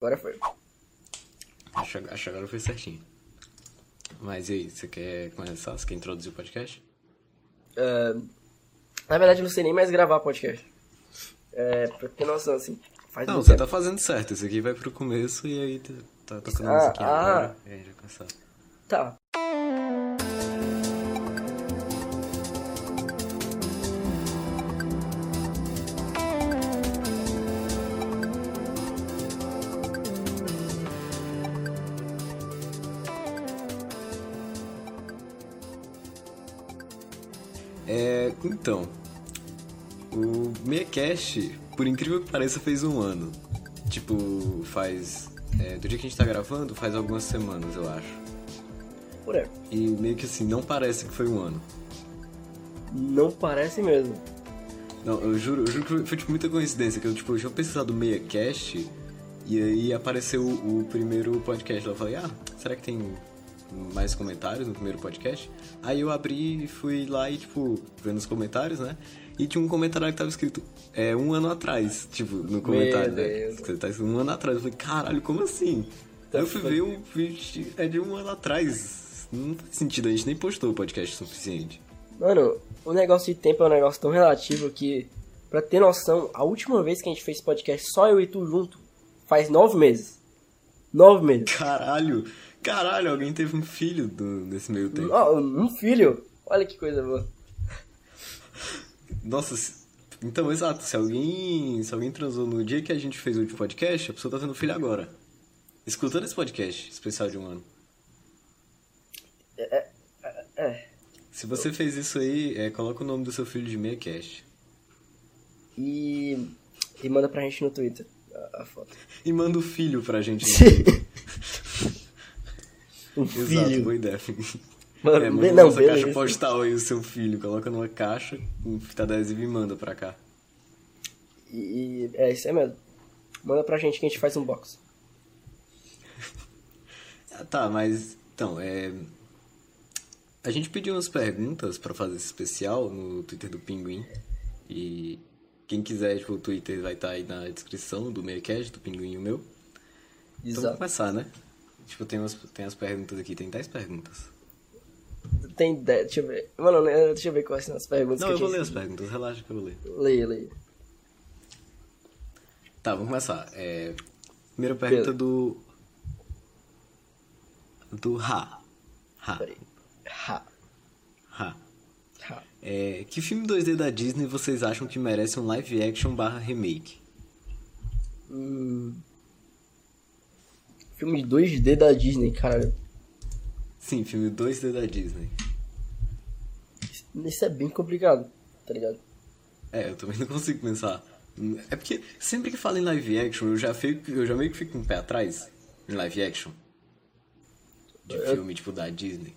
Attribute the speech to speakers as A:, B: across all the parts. A: Agora foi.
B: Acho, acho que agora foi certinho. Mas e aí, você quer começar? Você quer introduzir o podcast?
A: Ah, na verdade, eu não sei nem mais gravar podcast. É, pra ter noção, assim. Faz
B: Não,
A: muito
B: você
A: tempo.
B: tá fazendo certo. Esse aqui vai pro começo e aí tá- tá tocando
A: Ah,
B: musiquinha
A: ah.
B: agora. E aí já começar.
A: Tá.
B: É, então, o MeiaCast, por incrível que pareça, fez um ano. Tipo, faz. é, do dia que a gente tá gravando, faz algumas semanas, eu acho.
A: Por aí.
B: E meio que assim, não parece que foi um ano.
A: Não parece mesmo.
B: Não, eu juro, eu juro que foi, foi, tipo, muita coincidência, que eu, tipo, eu tinha pesquisado o MeiaCast e aí apareceu o, o primeiro podcast. lá. Eu falei, ah, será que tem mais comentários no primeiro podcast? Aí eu abri e fui lá e, tipo, vendo os comentários, né? E tinha um comentário que tava escrito, é, um ano atrás, tipo, no comentário, né?
A: Deus.
B: Você tá escrito um ano atrás. Eu falei, caralho, como assim? Aí eu fui ver um vídeo, é de um ano atrás. Não faz sentido, a gente nem postou o podcast o suficiente.
A: Mano, o negócio de tempo é um negócio tão relativo que, pra ter noção, a última vez que a gente fez podcast só eu e tu junto, faz nove meses. Nove meses.
B: Caralho, caralho, alguém teve um filho do- nesse meio tempo.
A: Ó, um filho? Olha que coisa boa.
B: Nossa, se- então, exato, se alguém, se alguém transou no dia que a gente fez o último podcast, a pessoa tá tendo filho agora. Escutando esse podcast especial de um ano.
A: É.
B: Se você fez isso aí, é, coloca o nome do seu filho de meiacast.
A: E. E manda pra gente no Twitter a, a foto.
B: E manda o filho pra gente.
A: um
B: Exato,
A: filho.
B: boa ideia.
A: Mano,
B: é,
A: be-
B: manda
A: não,
B: nessa caixa
A: beleza.
B: postal aí o seu filho. Coloca numa caixa um com fita adesiva e manda pra cá.
A: E, e é isso aí mesmo. Manda pra gente que a gente faz um box.
B: Ah, tá, mas então, é. A gente pediu umas perguntas pra fazer esse especial no Twitter do Pinguim. E quem quiser, tipo, o Twitter vai estar aí na descrição do Meiacast, do Pinguim e o meu. Então vamos
A: Exato.
B: começar, né? Tipo, tem, umas, tem as perguntas aqui, tem 10 perguntas.
A: Tem ideia, deixa eu ver. Mano, eu- deixa eu ver quais são as perguntas
B: Não,
A: que
B: eu vou ler
A: tinha.
B: as perguntas, relaxa que eu vou ler.
A: Leia, leia.
B: Tá, vamos começar. É, primeira pergunta
A: Beleza.
B: do. Do Ra. Ra.
A: Peraí. Ha.
B: Ra.
A: Ha.
B: É, que filme 2D da Disney vocês acham que merece um live action barra remake?
A: Hum. Filme de 2D da Disney, cara.
B: Sim, filme 2D da Disney.
A: Isso é bem complicado, tá ligado?
B: É, eu também não consigo pensar. Hum, É porque sempre que falo em live action, eu já, fico, eu já meio que fico com o pé atrás em live action. De
A: É.
B: filme, tipo, da Disney.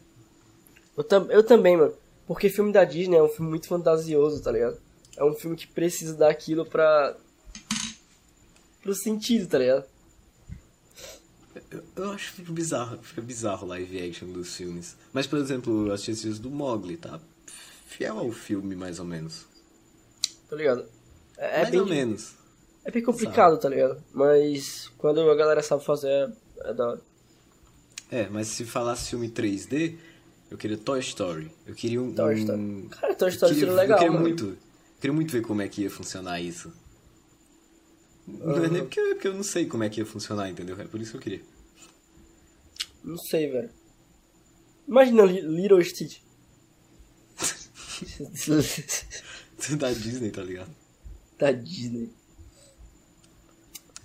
A: Eu, tam, eu também, mano. Porque filme da Disney é um filme muito fantasioso, tá ligado? É um filme que precisa daquilo pra. pro sentido, tá ligado?
B: Eu, eu acho que fica bizarro, fica bizarro o live action dos filmes. Mas, por exemplo, eu assisti esses filmes do Mogli, tá? Fiel ao filme, mais ou menos.
A: Tá ligado? É, é
B: mais
A: bem,
B: ou menos.
A: é bem complicado, tá ligado? Mas quando a galera sabe fazer, é, é da hora.
B: É, mas se falasse filme 3D, eu queria Toy Story. Eu queria um.
A: Toy Story.
B: um-
A: Cara, Toy Story
B: eu queria,
A: seria legal,
B: Eu queria
A: mano.
B: muito. eu queria muito ver como é que ia funcionar isso. Não é nem porque, é porque eu não sei como é que ia funcionar, entendeu? É por isso que eu queria.
A: Não sei, velho. Imagina Li- Little Stitch.
B: Da Disney, tá ligado?
A: da Disney.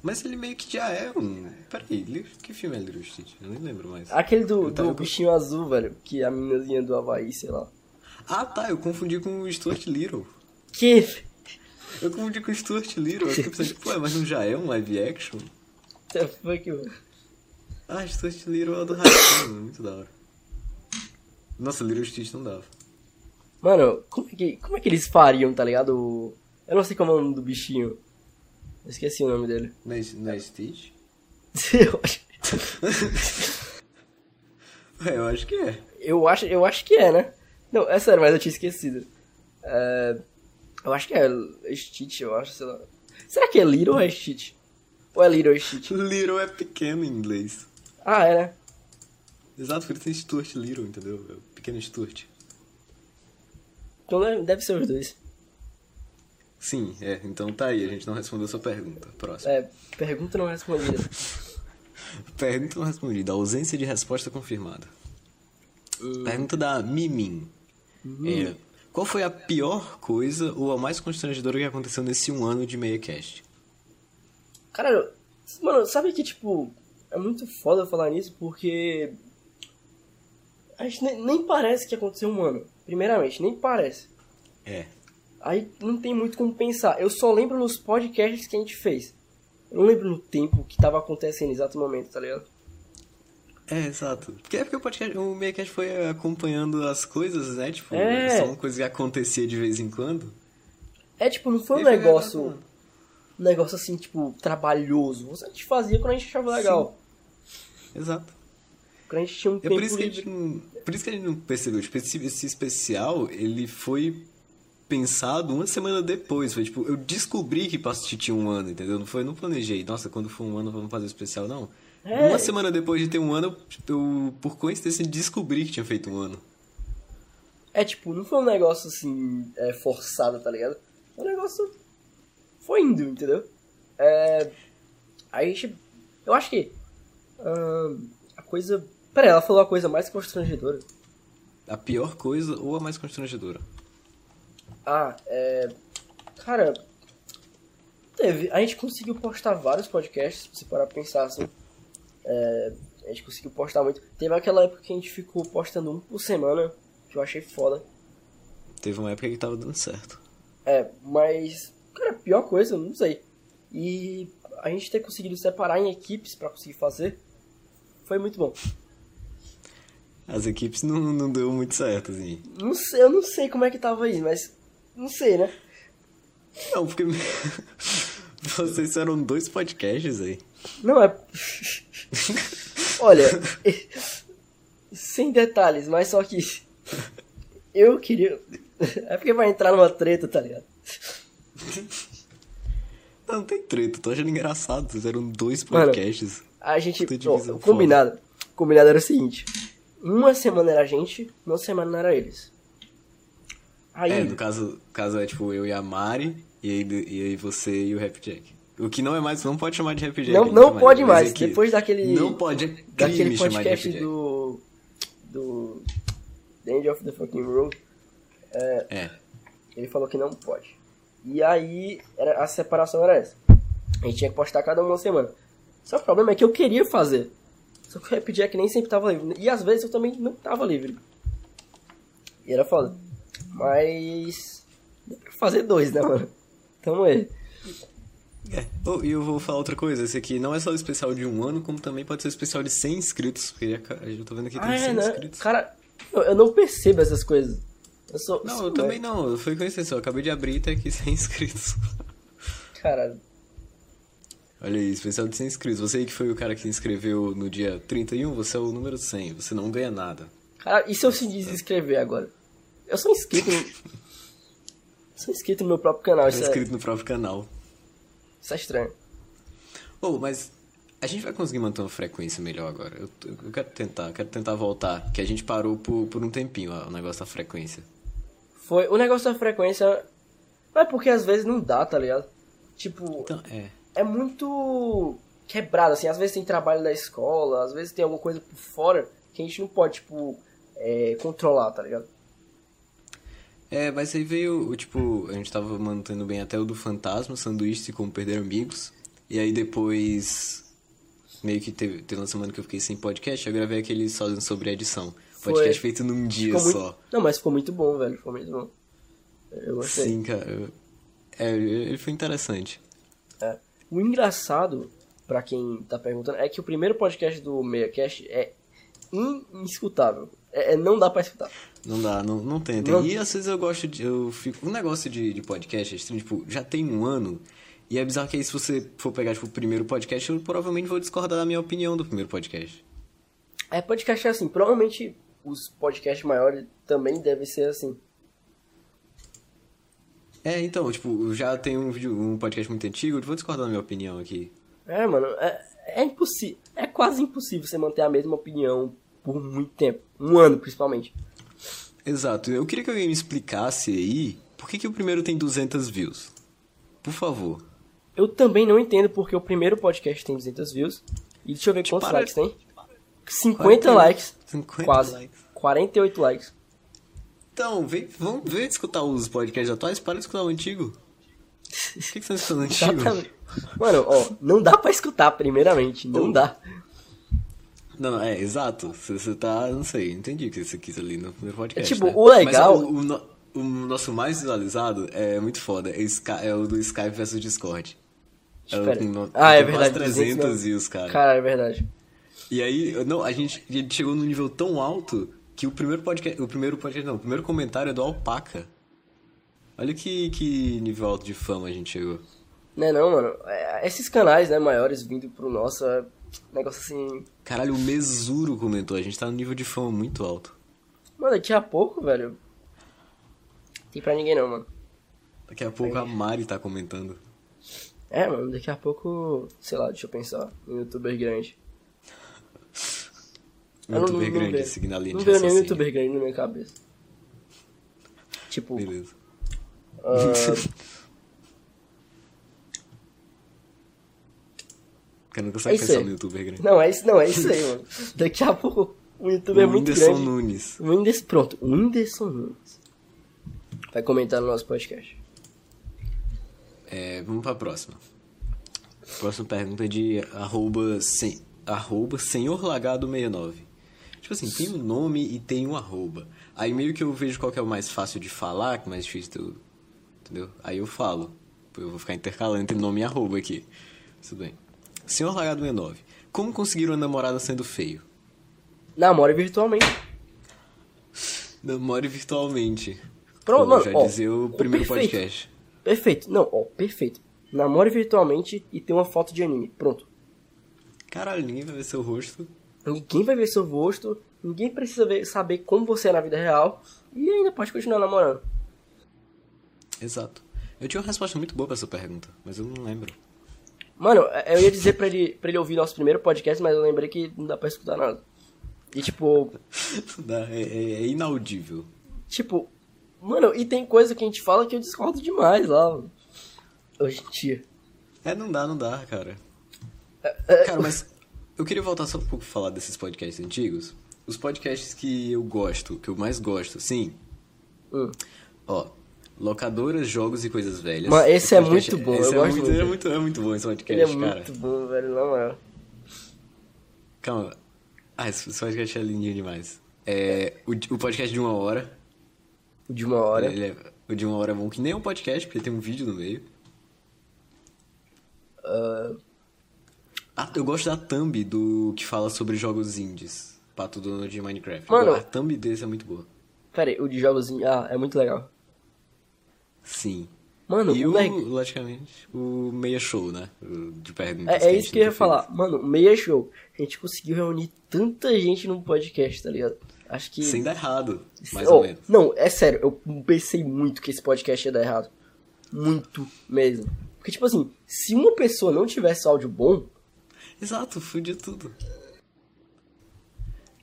B: Mas ele meio que já é um. Peraí, li- que filme é Little Stitch? Eu nem lembro mais.
A: Aquele do,
B: Eu tava
A: do
B: com-
A: bichinho azul, velho, que a meninazinha do Havaí, sei lá.
B: Ah, tá, eu confundi com o Stuart Little.
A: Que?
B: Eu confundi com o Stuart Little. Eu fiquei pensando, pô, mas não já é um live action?
A: The fuck, mano?
B: Ah, Stuart Little é o do Ratinho, muito da hora. Nossa, Little Stitch não dava.
A: Mano, como é, que, como é que eles fariam, tá ligado? O- Eu não sei como é o nome do bichinho. Eu esqueci o nome dele.
B: Não é, não é Stitch?
A: Eu acho,
B: É, eu acho que é.
A: eu acho, eu acho que é, né? Não, é sério, mas eu tinha esquecido. É, eu acho que é Stitch, eu acho, sei lá. Será que é Little ou é Stitch? Ou é little shit?
B: Little é pequeno em inglês.
A: Ah, é, né?
B: Exato, por isso tem Stuart Little, entendeu? É o Pequeno Stuart.
A: Então deve- deve ser os dois.
B: Sim, é. Então tá aí, a gente não respondeu a sua pergunta. Próximo.
A: É, pergunta não respondida.
B: É. Pergunta não respondida. Ausência de resposta confirmada. Pergunta da Uh. Mimin. É, qual foi a pior coisa ou a mais constrangedora que aconteceu nesse um ano de MeiaCast?
A: Cara, mano, sabe que, tipo, é muito foda falar nisso porque. A gente nem, nem parece que aconteceu um ano. Primeiramente, nem parece.
B: É.
A: Aí não tem muito como pensar. Eu só lembro nos podcasts que a gente fez. Eu não lembro no tempo que tava acontecendo no exato momento, tá ligado?
B: É, exato. Porque é porque o podcast, o MeiaCast foi acompanhando as coisas, né? Tipo,
A: É.
B: só uma coisa que acontecia de vez em quando.
A: É tipo, não foi um
B: E foi
A: negócio.
B: gravando.
A: Um negócio assim, tipo, trabalhoso. A gente fazia quando a gente achava legal.
B: Exato.
A: Quando a gente tinha um
B: É
A: tempo
B: por isso, que a
A: livre.
B: gente não, por isso que a gente não percebeu. Tipo, esse, esse especial, ele foi pensado uma semana depois. Foi tipo, eu descobri que Pasto tinha um ano, entendeu? Não foi, eu não planejei. Nossa, quando for um ano vamos fazer o especial, não.
A: É.
B: Uma semana depois de ter um ano, eu, eu, por coincidência, descobri que tinha feito um ano.
A: É tipo, não foi um negócio assim, é, forçado, tá ligado? O negócio foi indo, entendeu? É, aí a gente. Eu acho que. ahn, a coisa. Pera, aí, ela falou a coisa mais constrangedora.
B: A pior coisa ou a mais constrangedora?
A: Ah, é. Cara. Teve. A gente conseguiu postar vários podcasts, se você parar pra pensar assim. É, a gente conseguiu postar muito. Teve aquela época que a gente ficou postando um por semana, que eu achei foda.
B: Teve uma época que tava dando certo.
A: É, mas, cara, a pior coisa, não sei. E a gente ter conseguido separar em equipes pra conseguir fazer foi muito bom.
B: As equipes não, não deu muito certo, assim.
A: Não sei, eu não sei como é que tava aí, mas não sei, né?
B: Não, porque. Vocês eram dois podcasts aí.
A: Não é. Olha, sem detalhes, mas só que eu queria. É porque vai entrar numa treta, tá ligado?
B: Não, não tem treta, tô achando engraçado. Vocês eram dois
A: Mano,
B: podcasts.
A: A gente.
B: Puta
A: ó,
B: divisão
A: o combinado. o Combinado era o seguinte: uma semana era a gente, uma semana era eles. Aí.
B: É, no caso, caso é tipo eu e a Mari, e aí, e aí você e o Rap Jack. O que não é mais, não pode chamar de Rap Jack.
A: Não-
B: ainda,
A: não
B: Mari,
A: pode
B: mas
A: mais,
B: é que
A: depois daquele-
B: Não pode, é crime
A: daquele
B: chamar de
A: podcast
B: Rap Jack.
A: do. Do. The End of the Fucking Road.
B: É,
A: Ele falou que não pode. E aí, era, a separação era essa. A gente tinha que postar cada um uma semana. Só que o problema é que eu queria fazer. Só que o Happy Jack nem sempre tava livre. E às vezes eu também não tava livre. E era foda. Mas. Dá pra fazer dois, né, mano? Então é.
B: é. Oh, e eu vou falar outra coisa, esse aqui não é só o especial de um ano, como também pode ser o especial de 100 inscritos, porque já ca- eu tô vendo que tem
A: Ah,
B: 100
A: é, né?
B: inscritos.
A: Cara, eu, eu não percebo essas coisas. Eu sou.
B: Não,
A: sou
B: eu também não, foi coincidência, eu acabei de abrir e tá aqui 100 inscritos.
A: Cara,
B: Olha aí, especial de 100 inscritos. Você aí que foi o cara que se inscreveu no dia 31, você é o número 100. Você não ganha nada. Tá
A: Cara, e se eu se desinscrever agora? Eu sou inscrito no... sou inscrito no meu próprio canal,
B: Tá
A: isso é,
B: inscrito no próprio canal.
A: isso é estranho.
B: Ô, mas a gente vai conseguir manter uma frequência melhor agora. Eu, eu- eu quero tentar, eu quero tentar voltar. Que a gente parou por, por um tempinho ó, o negócio da frequência.
A: Foi, o negócio da frequência... Mas é porque às vezes não dá, tá ligado? Tipo,
B: Então, é.
A: é muito quebrado, assim. Às vezes tem trabalho da escola, às vezes tem alguma coisa por fora que a gente não pode, tipo, é, controlar, tá ligado?
B: É, mas aí veio, o tipo, a gente tava mantendo bem até o do Fantasma, Sanduíche e Como Perder Amigos. E aí depois, meio que teve, teve uma semana que eu fiquei sem podcast, eu gravei aquele sozinho sobre edição.
A: Foi.
B: Podcast feito num dia
A: Ficou muito-
B: só.
A: Não, mas ficou muito bom, velho. Ficou muito bom. Eu gostei.
B: Sim, cara. eu- É, ele foi interessante.
A: É. O engraçado, pra quem tá perguntando, é que o primeiro podcast do MeiaCast é inescutável. É, é- não dá pra escutar.
B: Não dá, não, não tentem.
A: Não-
B: E às vezes eu gosto de. Eu fico. Um negócio de, de podcast é estranho, tipo, já tem um ano. E é bizarro que aí, se você for pegar, tipo, o primeiro podcast, eu provavelmente vou discordar da minha opinião do primeiro podcast.
A: É, podcast é assim. Provavelmente os podcasts maiores também devem ser assim.
B: É, então, tipo, eu já tem um vídeo, um podcast muito antigo, eu vou discordar da minha opinião aqui.
A: É, mano, é, é impossível. É quase impossível você manter a mesma opinião por muito tempo. Um ano, principalmente.
B: Exato. Eu queria que alguém me explicasse aí por que, que o primeiro tem 200 views. Por favor.
A: Eu também não entendo porque o primeiro podcast tem 200 views. E deixa eu ver
B: Te
A: quantos
B: para-
A: likes tem. 50
B: 40
A: likes.
B: 50
A: quase.
B: likes.
A: 48 likes.
B: Então, vem, vamos ver de escutar os podcasts atuais, para de escutar o antigo. Por que, que você está escutando o antigo?
A: Exatamente. Mano, ó, não dá pra escutar, primeiramente. Não
B: Oh.
A: dá.
B: Não, é, exato. Você, você tá, não sei, entendi o que você quis ali no primeiro podcast.
A: É, tipo,
B: né?
A: o legal-
B: Mas o, o no- o nosso mais visualizado é muito foda. É, Sky- é o do Skype versus Discord. É o
A: Espera.
B: que no-
A: Ah, é
B: tem
A: verdade.
B: Quase 300
A: 200
B: views, cara.
A: Cara, é verdade.
B: E aí, eu- não, a gente, a gente chegou num nível tão alto que o primeiro podcast. O primeiro podcast, não, o primeiro comentário é do Alpaca. Olha que, que nível alto de fama a gente chegou.
A: Né não, mano? É, Esses canais, né, maiores vindo pro nosso é um negócio assim.
B: Caralho, o Mesuro comentou, a gente tá num nível de fama muito alto.
A: Mano, daqui a pouco, velho. Tem pra ninguém não, mano.
B: Daqui a pouco a Mari tá comentando.
A: É, mano, daqui a pouco, sei lá, deixa eu pensar. Um youtuber grande.
B: Um
A: Eu não-
B: youtuber
A: não
B: grande,
A: vejo-
B: seguindo a linha
A: Não
B: de
A: veio nenhum
B: raciocínio.
A: youtuber grande na minha cabeça. Tipo,
B: Beleza.
A: ah,
B: O cara não consegue
A: É isso
B: pensar
A: aí.
B: no youtuber grande.
A: não, é isso, não, é isso aí, mano. Daqui a pouco, um youtuber
B: o
A: muito
B: Whindersson
A: grande.
B: Nunes.
A: O Whindersson, pronto, o Whindersson Nunes. Vai comentar no nosso podcast.
B: É, vamos pra próxima. Próxima pergunta é de arroba, sen, arroba senhorlagado69. Tipo assim, tem um nome e tem um arroba. Aí meio que eu vejo qual que é o mais fácil de falar, que é mais difícil de eu... Entendeu? Aí eu falo. Eu vou ficar intercalando entre nome e arroba aqui. Tudo bem. Senhor Lagado 69. Como conseguir uma namorada sendo feio?
A: Namora virtualmente.
B: Namore virtualmente.
A: Pronto,
B: Como
A: mano,
B: já
A: ó,
B: dizia o
A: o
B: primeiro
A: perfeito.
B: podcast.
A: Perfeito. Não, ó, perfeito. Namore virtualmente e tem uma foto de anime. Pronto.
B: Caralho, ninguém vai ver seu rosto.
A: Ninguém vai ver seu rosto, ninguém precisa ver- saber como você é na vida real e ainda pode continuar namorando.
B: Exato. Eu tinha uma resposta muito boa pra essa pergunta, mas eu não lembro.
A: Mano, é- eu ia dizer pra ele, pra ele ouvir nosso primeiro podcast, mas eu lembrei que não dá pra escutar nada. E tipo,
B: Dá, é, é- é inaudível.
A: tipo, mano, e tem coisa que a gente fala que eu discordo demais lá. mano. Hoje em dia.
B: É, não dá, não dá, cara. Cara, mas eu queria voltar só um pouco pra falar desses podcasts antigos. Os podcasts que eu gosto, que eu mais gosto, sim.
A: Hum.
B: Ó, Locadoras, Jogos e Coisas Velhas.
A: Mas esse é
B: podcast-
A: muito bom,
B: esse
A: eu
B: é
A: gosto
B: muito,
A: muito.
B: É muito, é muito bom esse podcast,
A: Ele é
B: cara.
A: muito bom, velho, na moral.
B: Calma. Ah, esse esse podcast é lindinho demais. É, o, o podcast de uma hora.
A: O De uma hora.
B: Ele é- o de uma hora é bom, que nem é um podcast, porque tem um vídeo no meio.
A: Ah,
B: Ah, eu gosto da thumb do que fala sobre jogos indies. Pato dono de Minecraft.
A: Mano.
B: A thumb desse é muito boa.
A: pera aí, o de jogos. Ah, é muito legal.
B: Sim.
A: Mano,
B: e
A: o
B: o,
A: leg-
B: logicamente, o meia show, né? O De perguntas.
A: É, é
B: a
A: isso
B: gente
A: que eu ia
B: nunca
A: falar. Mano, meia show. A gente conseguiu reunir tanta gente num podcast, tá ligado? Acho que.
B: fez. Sem dar errado, mais
A: Oh,
B: ou menos.
A: Não, é sério, eu pensei muito que esse podcast ia dar errado. Muito mesmo. Porque, tipo assim, se uma pessoa não tivesse áudio bom,
B: Exato, fudia tudo.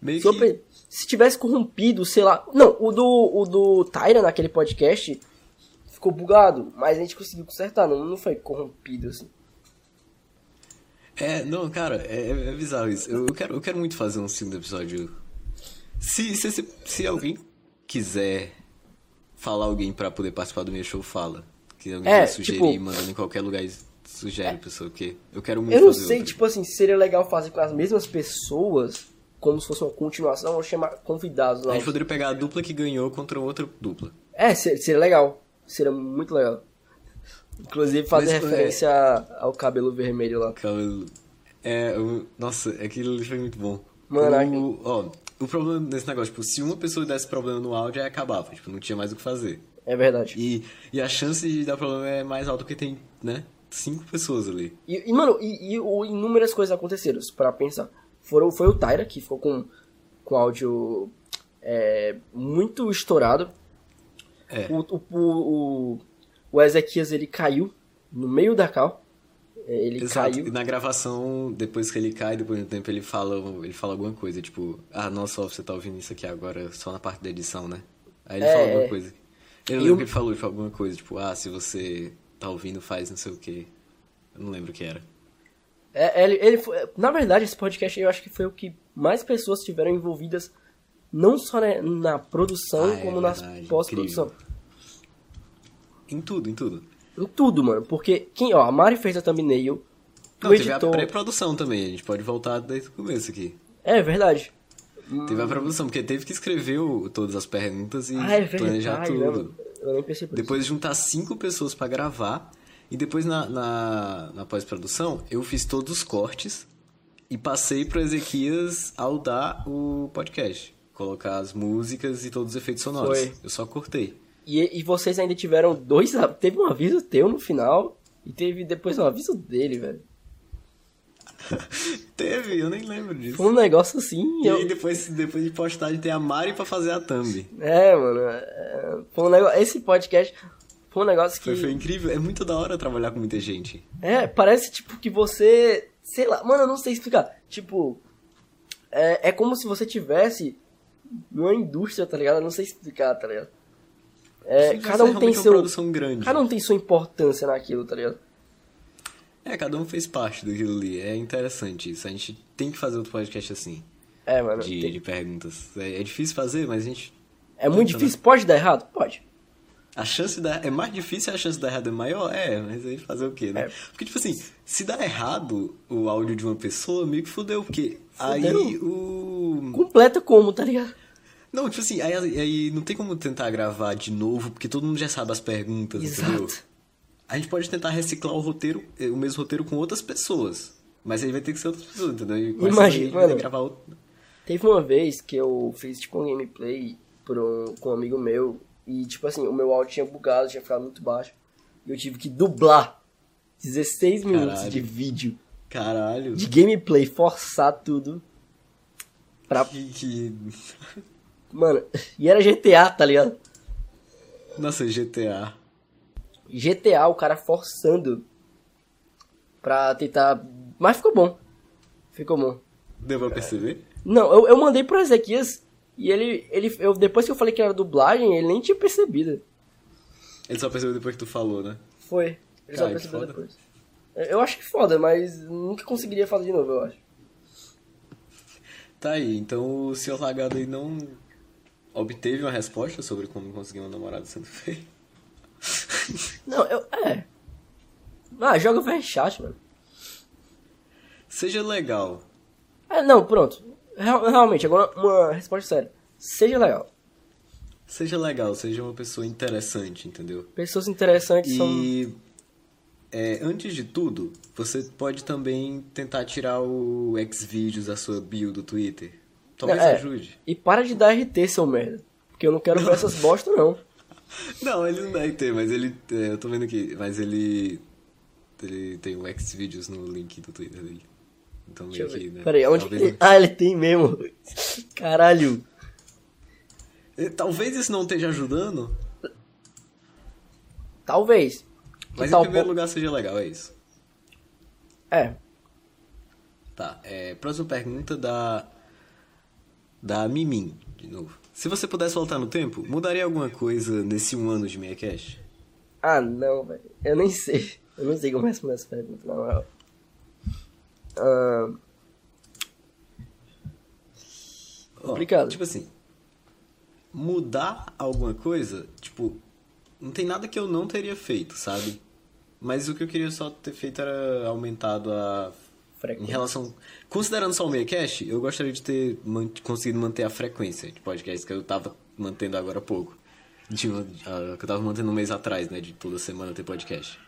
B: Meio
A: se, eu
B: que...
A: pe- se tivesse corrompido, sei lá. Não, o do, o do Tyra naquele podcast ficou bugado, mas a gente conseguiu consertar, não, não foi corrompido assim.
B: É, não, cara, é, é bizarro isso. Eu, eu quero, eu quero muito fazer um segundo episódio. Se, se, se, se alguém quiser falar alguém pra poder participar do meu show, fala. Que alguém
A: É,
B: vai sugerir,
A: tipo- é.
B: mandando em qualquer lugar e sugere pessoa que eu quero muito
A: Eu não
B: fazer
A: sei,
B: outro.
A: tipo assim, se seria legal fazer com as mesmas pessoas, como se fosse uma continuação, ou chamar convidados lá.
B: A gente poderia pegar a dupla que ganhou contra outra dupla.
A: É, ser- seria legal. Seria muito legal. Inclusive fazer
B: Mas, é.
A: referência a- ao cabelo vermelho lá.
B: Cabelo. É, eu- nossa, aquilo ali foi muito bom.
A: Mano,
B: o, ó, o problema desse negócio, tipo, se uma pessoa desse problema no áudio, aí acabava, tipo, não tinha mais o que fazer.
A: É verdade.
B: E, e a chance de dar problema é mais alta porque tem, né? Cinco pessoas ali.
A: E, e, mano, e, e o- inúmeras coisas aconteceram, se parar pra pensar. Foram, foi o Tyra que ficou com, com áudio é, muito estourado.
B: É.
A: O, o, o, o- o Ezequias ele caiu no meio da cal. É, Ele
B: Exato. E
A: caiu.
B: na gravação, depois que ele cai, depois de um tempo, ele fala, ele fala alguma coisa, tipo, ah, nossa, ó, você tá ouvindo isso aqui agora só na parte da edição, né? Aí ele
A: É,
B: fala alguma
A: é.
B: coisa. Eu
A: E
B: lembro
A: o-
B: que ele falou, ele falou alguma coisa, tipo, ah, se você tá ouvindo, faz não sei o quê. Eu não lembro o que era.
A: É, ele, ele foi- na verdade, esse podcast eu acho que foi o que mais pessoas tiveram envolvidas, não só na, na produção,
B: Ah, é
A: como
B: verdade,
A: na pós-produção.
B: Em tudo, em tudo.
A: Em tudo, mano. Porque quem, ó, a Mari fez a thumbnail, o
B: Não, teve a
A: editor.
B: pré-produção também, a gente pode voltar desde o começo aqui.
A: É verdade.
B: Teve a pré-produção, porque teve que escrever o- todas as perguntas e
A: Hum. Ah, é
B: planejar
A: verdade. né,
B: tudo.
A: mano? Eu nem pensei por isso.
B: Depois juntar cinco pessoas pra gravar. E depois na, na, na pós-produção, eu fiz todos os cortes e passei pro Ezequias ao dar o podcast. Colocar as músicas e todos os efeitos sonoros.
A: Foi.
B: Eu só cortei.
A: E, e vocês ainda tiveram dois. a- Teve um aviso teu no final e teve depois um aviso dele, velho.
B: Teve, eu nem lembro disso.
A: Foi um negócio assim.
B: E
A: eu-
B: aí depois, depois de postagem tem a Mari pra fazer a thumb.
A: É, mano. é, Foi um negócio. Esse podcast foi um negócio que.
B: Foi, foi incrível. É muito da hora trabalhar com muita gente.
A: É, parece tipo que você. Sei lá, mano, eu não sei explicar. Tipo. É, é como se você tivesse uma indústria, tá ligado? Eu não sei explicar, tá ligado? É,
B: Isso
A: cada um tem
B: realmente é uma
A: seu.
B: produção grande.
A: Cada um tem sua importância naquilo, tá ligado?
B: É, cada um fez parte daquilo ali. É interessante isso. A gente tem que fazer outro podcast assim.
A: É, mano.
B: de,
A: tem-
B: de perguntas. É, é difícil fazer, mas a gente.
A: É muito difícil. Pode dar errado? Pode.
B: A chance da. É mais difícil a chance da errada é maior? É, mas aí fazer o quê, né?
A: É.
B: Porque, tipo assim, se dá errado o áudio de uma pessoa, meio que fudeu, porque aí o.
A: Completa como, tá ligado?
B: Não, tipo assim, aí, aí não tem como tentar gravar de novo, porque todo mundo já sabe as perguntas, entendeu?
A: Exato.
B: A gente pode tentar reciclar o roteiro, eh, o mesmo roteiro com outras pessoas. Mas aí vai ter que ser outras pessoas, entendeu? E com essa
A: Imagina,
B: daí a gente vai ter que
A: mano.
B: gravar outro.
A: Teve uma vez que eu fiz tipo um gameplay pro, com um amigo meu e tipo assim, o meu áudio tinha bugado, tinha ficado muito baixo. E eu tive que dublar 16 minutos
B: Caralho.
A: de vídeo,
B: Caralho.
A: de gameplay, forçar tudo. Pra...
B: Que, que...
A: Mano, e era GTA, tá ligado?
B: Nossa, GTA.
A: GTA, o cara forçando pra tentar. Mas ficou bom. Ficou bom.
B: Deu
A: É.
B: pra perceber?
A: Não, eu, eu mandei pro Ezequias e ele. ele eu, depois que eu falei que era dublagem, ele nem tinha percebido.
B: Ele só percebeu depois que tu falou, né?
A: Foi. Ele só
B: Cara, que
A: percebeu
B: foda.
A: depois. É, Eu acho que foda, mas nunca conseguiria fazer de novo, eu acho.
B: Tá aí, então o senhor Lagado aí não obteve uma resposta sobre como conseguir uma namorada sendo feio.
A: Não, eu. É. Ah, joga o chat, mano.
B: Seja legal.
A: Ah, não, pronto. Real- realmente, agora uma resposta séria. Seja legal.
B: Seja legal, seja uma pessoa interessante, entendeu?
A: Pessoas interessantes são.
B: E é, antes de tudo, você pode também tentar tirar o Xvideos da sua bio do Twitter. Talvez
A: É.
B: ajude.
A: E para de dar RT, seu merda. Porque eu não quero ver essas bosta, não.
B: Não, ele não deve ter, mas ele. é, eu tô vendo aqui, mas ele. Ele tem o Xvideos no link do Twitter dele. Então
A: Deixa
B: meio
A: eu
B: que,
A: ver.
B: né?
A: Peraí, onde que
B: Talvez
A: ele... Ah, ele tem mesmo. Caralho.
B: Eh, Talvez isso não esteja ajudando,
A: Talvez. Que
B: mas
A: tal
B: em primeiro
A: po-
B: lugar seja legal, é isso.
A: É.
B: Tá, é, próxima pergunta da. Da Mimin, de novo. Se você pudesse voltar no tempo, mudaria alguma coisa nesse um ano de MeiaCast?
A: Ah, não, velho. Eu nem sei. Eu não sei como responder essa pergunta, na Ah, moral. Ahn,
B: Ó,
A: Complicado.
B: Tipo assim, mudar alguma coisa, tipo, não tem nada que eu não teria feito, sabe? Mas o que eu queria só ter feito era aumentado a.
A: Frequência.
B: Em relação. Considerando só o MeiaCast, eu gostaria de ter man- conseguido manter a frequência de podcast que eu tava mantendo agora há pouco. De uma- a- que eu tava mantendo um mês atrás, né? De toda semana ter podcast.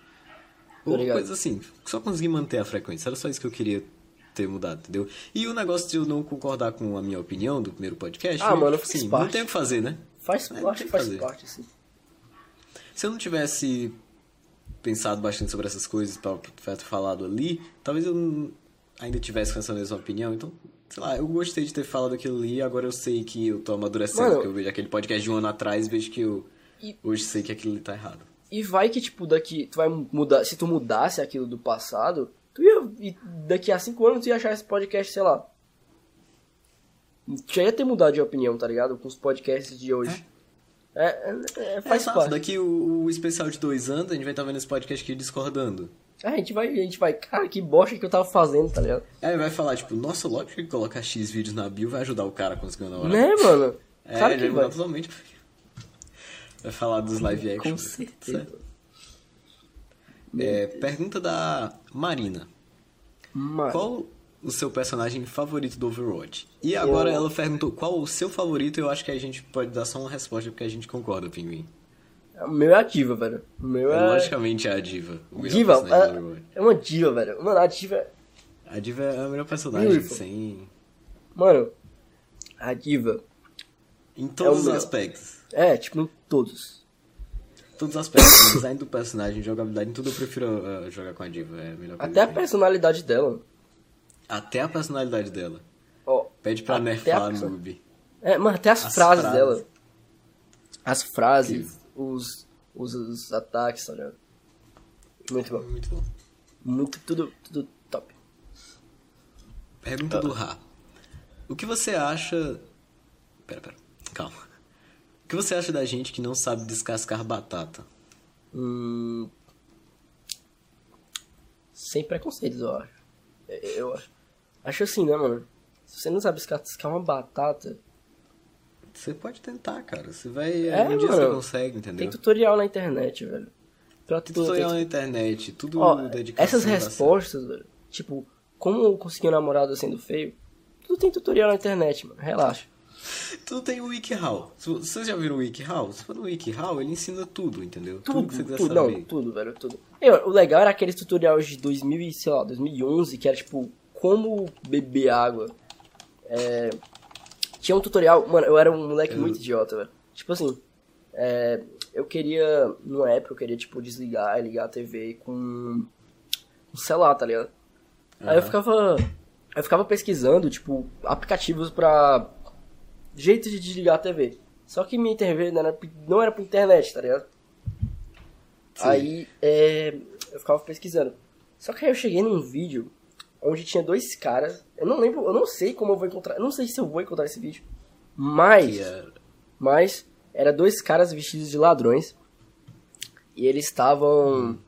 B: Ou
A: Tá ligado.
B: coisa assim, só consegui manter a frequência. Era só isso que eu queria ter mudado, entendeu? E o negócio de eu não concordar com a minha opinião do primeiro podcast.
A: Ah,
B: meio
A: mano,
B: que,
A: faz
B: assim, não
A: parte.
B: tem o que fazer, né?
A: faz
B: É, não
A: parte,
B: tem o que
A: faz
B: fazer.
A: parte, assim.
B: Se eu não tivesse pensado bastante sobre essas coisas, pra tivesse falado ali, talvez eu não- ainda tivesse com essa mesma opinião. Então, sei lá, eu gostei de ter falado aquilo ali. Agora eu sei que eu tô amadurecendo,
A: Mano,
B: porque eu vejo aquele podcast de um ano atrás e vejo que eu
A: e-
B: hoje sei que aquilo ali tá errado.
A: E vai que, tipo, daqui. Tu vai mudar. Se tu mudasse aquilo do passado, tu ia. e daqui a cinco anos tu ia achar esse podcast, sei lá. Já ia ter mudado de opinião, tá ligado? Com os podcasts de hoje. É, é- é- faz
B: Exato,
A: parte.
B: Daqui o, o especial de dois anos, a gente vai estar vendo esse podcast aqui discordando.
A: Ah, a gente vai, a gente vai, cara, que bosta que eu tava fazendo, tá ligado?
B: Aí vai falar, tipo, nossa, lógico que colocar X vídeos na bio vai ajudar o cara a conseguir uma namorada.
A: Né, mano?
B: É,
A: claro
B: ele
A: que
B: vai
A: vai.
B: mudar totalmente. Vai falar dos live action.
A: Com certeza.
B: É, pergunta da Marina.
A: Mano,
B: Qual o seu personagem favorito do Overwatch? E agora
A: Eu-
B: ela perguntou qual o seu favorito, eu acho que a gente pode dar só uma resposta porque a gente concorda, Pinguim.
A: o meu é ativa, velho. O meu
B: É,
A: é.
B: Logicamente é a Diva. o melhor
A: Diva,
B: personagem do
A: é,
B: Overwatch.
A: é uma diva, velho. Mano, a diva.
B: A Diva é a melhor personagem,
A: Beautiful.
B: sem.
A: Mano, a diva.
B: Em todos os
A: É meu.
B: aspectos.
A: É, tipo, em todos.
B: Todos os aspectos. no design do personagem, jogabilidade, em tudo eu prefiro ah, jogar com a Diva. É a melhor coisa
A: Até a
B: que tem.
A: personalidade dela.
B: Até a personalidade dela.
A: Ó,
B: Pede pra
A: Até
B: nerfar
A: a
B: a
A: perso-
B: noob.
A: É, mano, até as,
B: As
A: frases,
B: frases.
A: dela. As frases, os, os, os ataques, tá ligado? Muito bom.
B: Muito bom.
A: Muito, tudo, tudo top.
B: Pergunta do Ra. O que você acha. Pera, pera. Calma. O que você acha da gente que não sabe descascar batata?
A: Hum, sem preconceitos, eu acho. Eu, eu acho. Acho assim, né, mano? Se você não sabe descascar uma batata,
B: Você pode tentar, cara. Você vai.
A: É,
B: um dia você
A: mano.
B: consegue,
A: tem
B: entendeu? Tem
A: tutorial na internet, velho. Pra tudo, tem
B: tutorial na internet, tudo
A: Ó,
B: dedicação.
A: essas
B: da-
A: respostas, velho, tipo, como conseguir um namorado sendo feio, tudo tem tutorial na internet, mano. Relaxa.
B: Tudo tem o WikiHow. Se vo- Vocês já viram o WikiHow? Se for no WikiHow, ele ensina tudo, entendeu?
A: Tudo,
B: que você quiser
A: tudo,
B: saber.
A: não, tudo, velho, tudo. E, ó, o legal era aqueles tutoriais de 2000, e, sei lá, 2011, que era tipo, como beber água. É, tinha um tutorial, mano, eu era um moleque
B: Uhum.
A: muito idiota, velho. Tipo assim, é, eu queria, numa época, eu queria, tipo, desligar e ligar a TV com um celular, tá ligado? Aí eu
B: Aham.
A: ficava, eu ficava pesquisando, tipo, aplicativos pra jeito de desligar a TV. Só que minha TV não era, não era pra internet, tá ligado?
B: Sim.
A: Aí é, eu ficava pesquisando. Só que aí eu cheguei num vídeo onde tinha dois caras. Eu não lembro, eu não sei como eu vou encontrar. Eu não sei se eu vou encontrar esse vídeo. Mas.
B: Que é-
A: Mas era dois caras vestidos de ladrões. E eles
B: Hum.
A: estavam.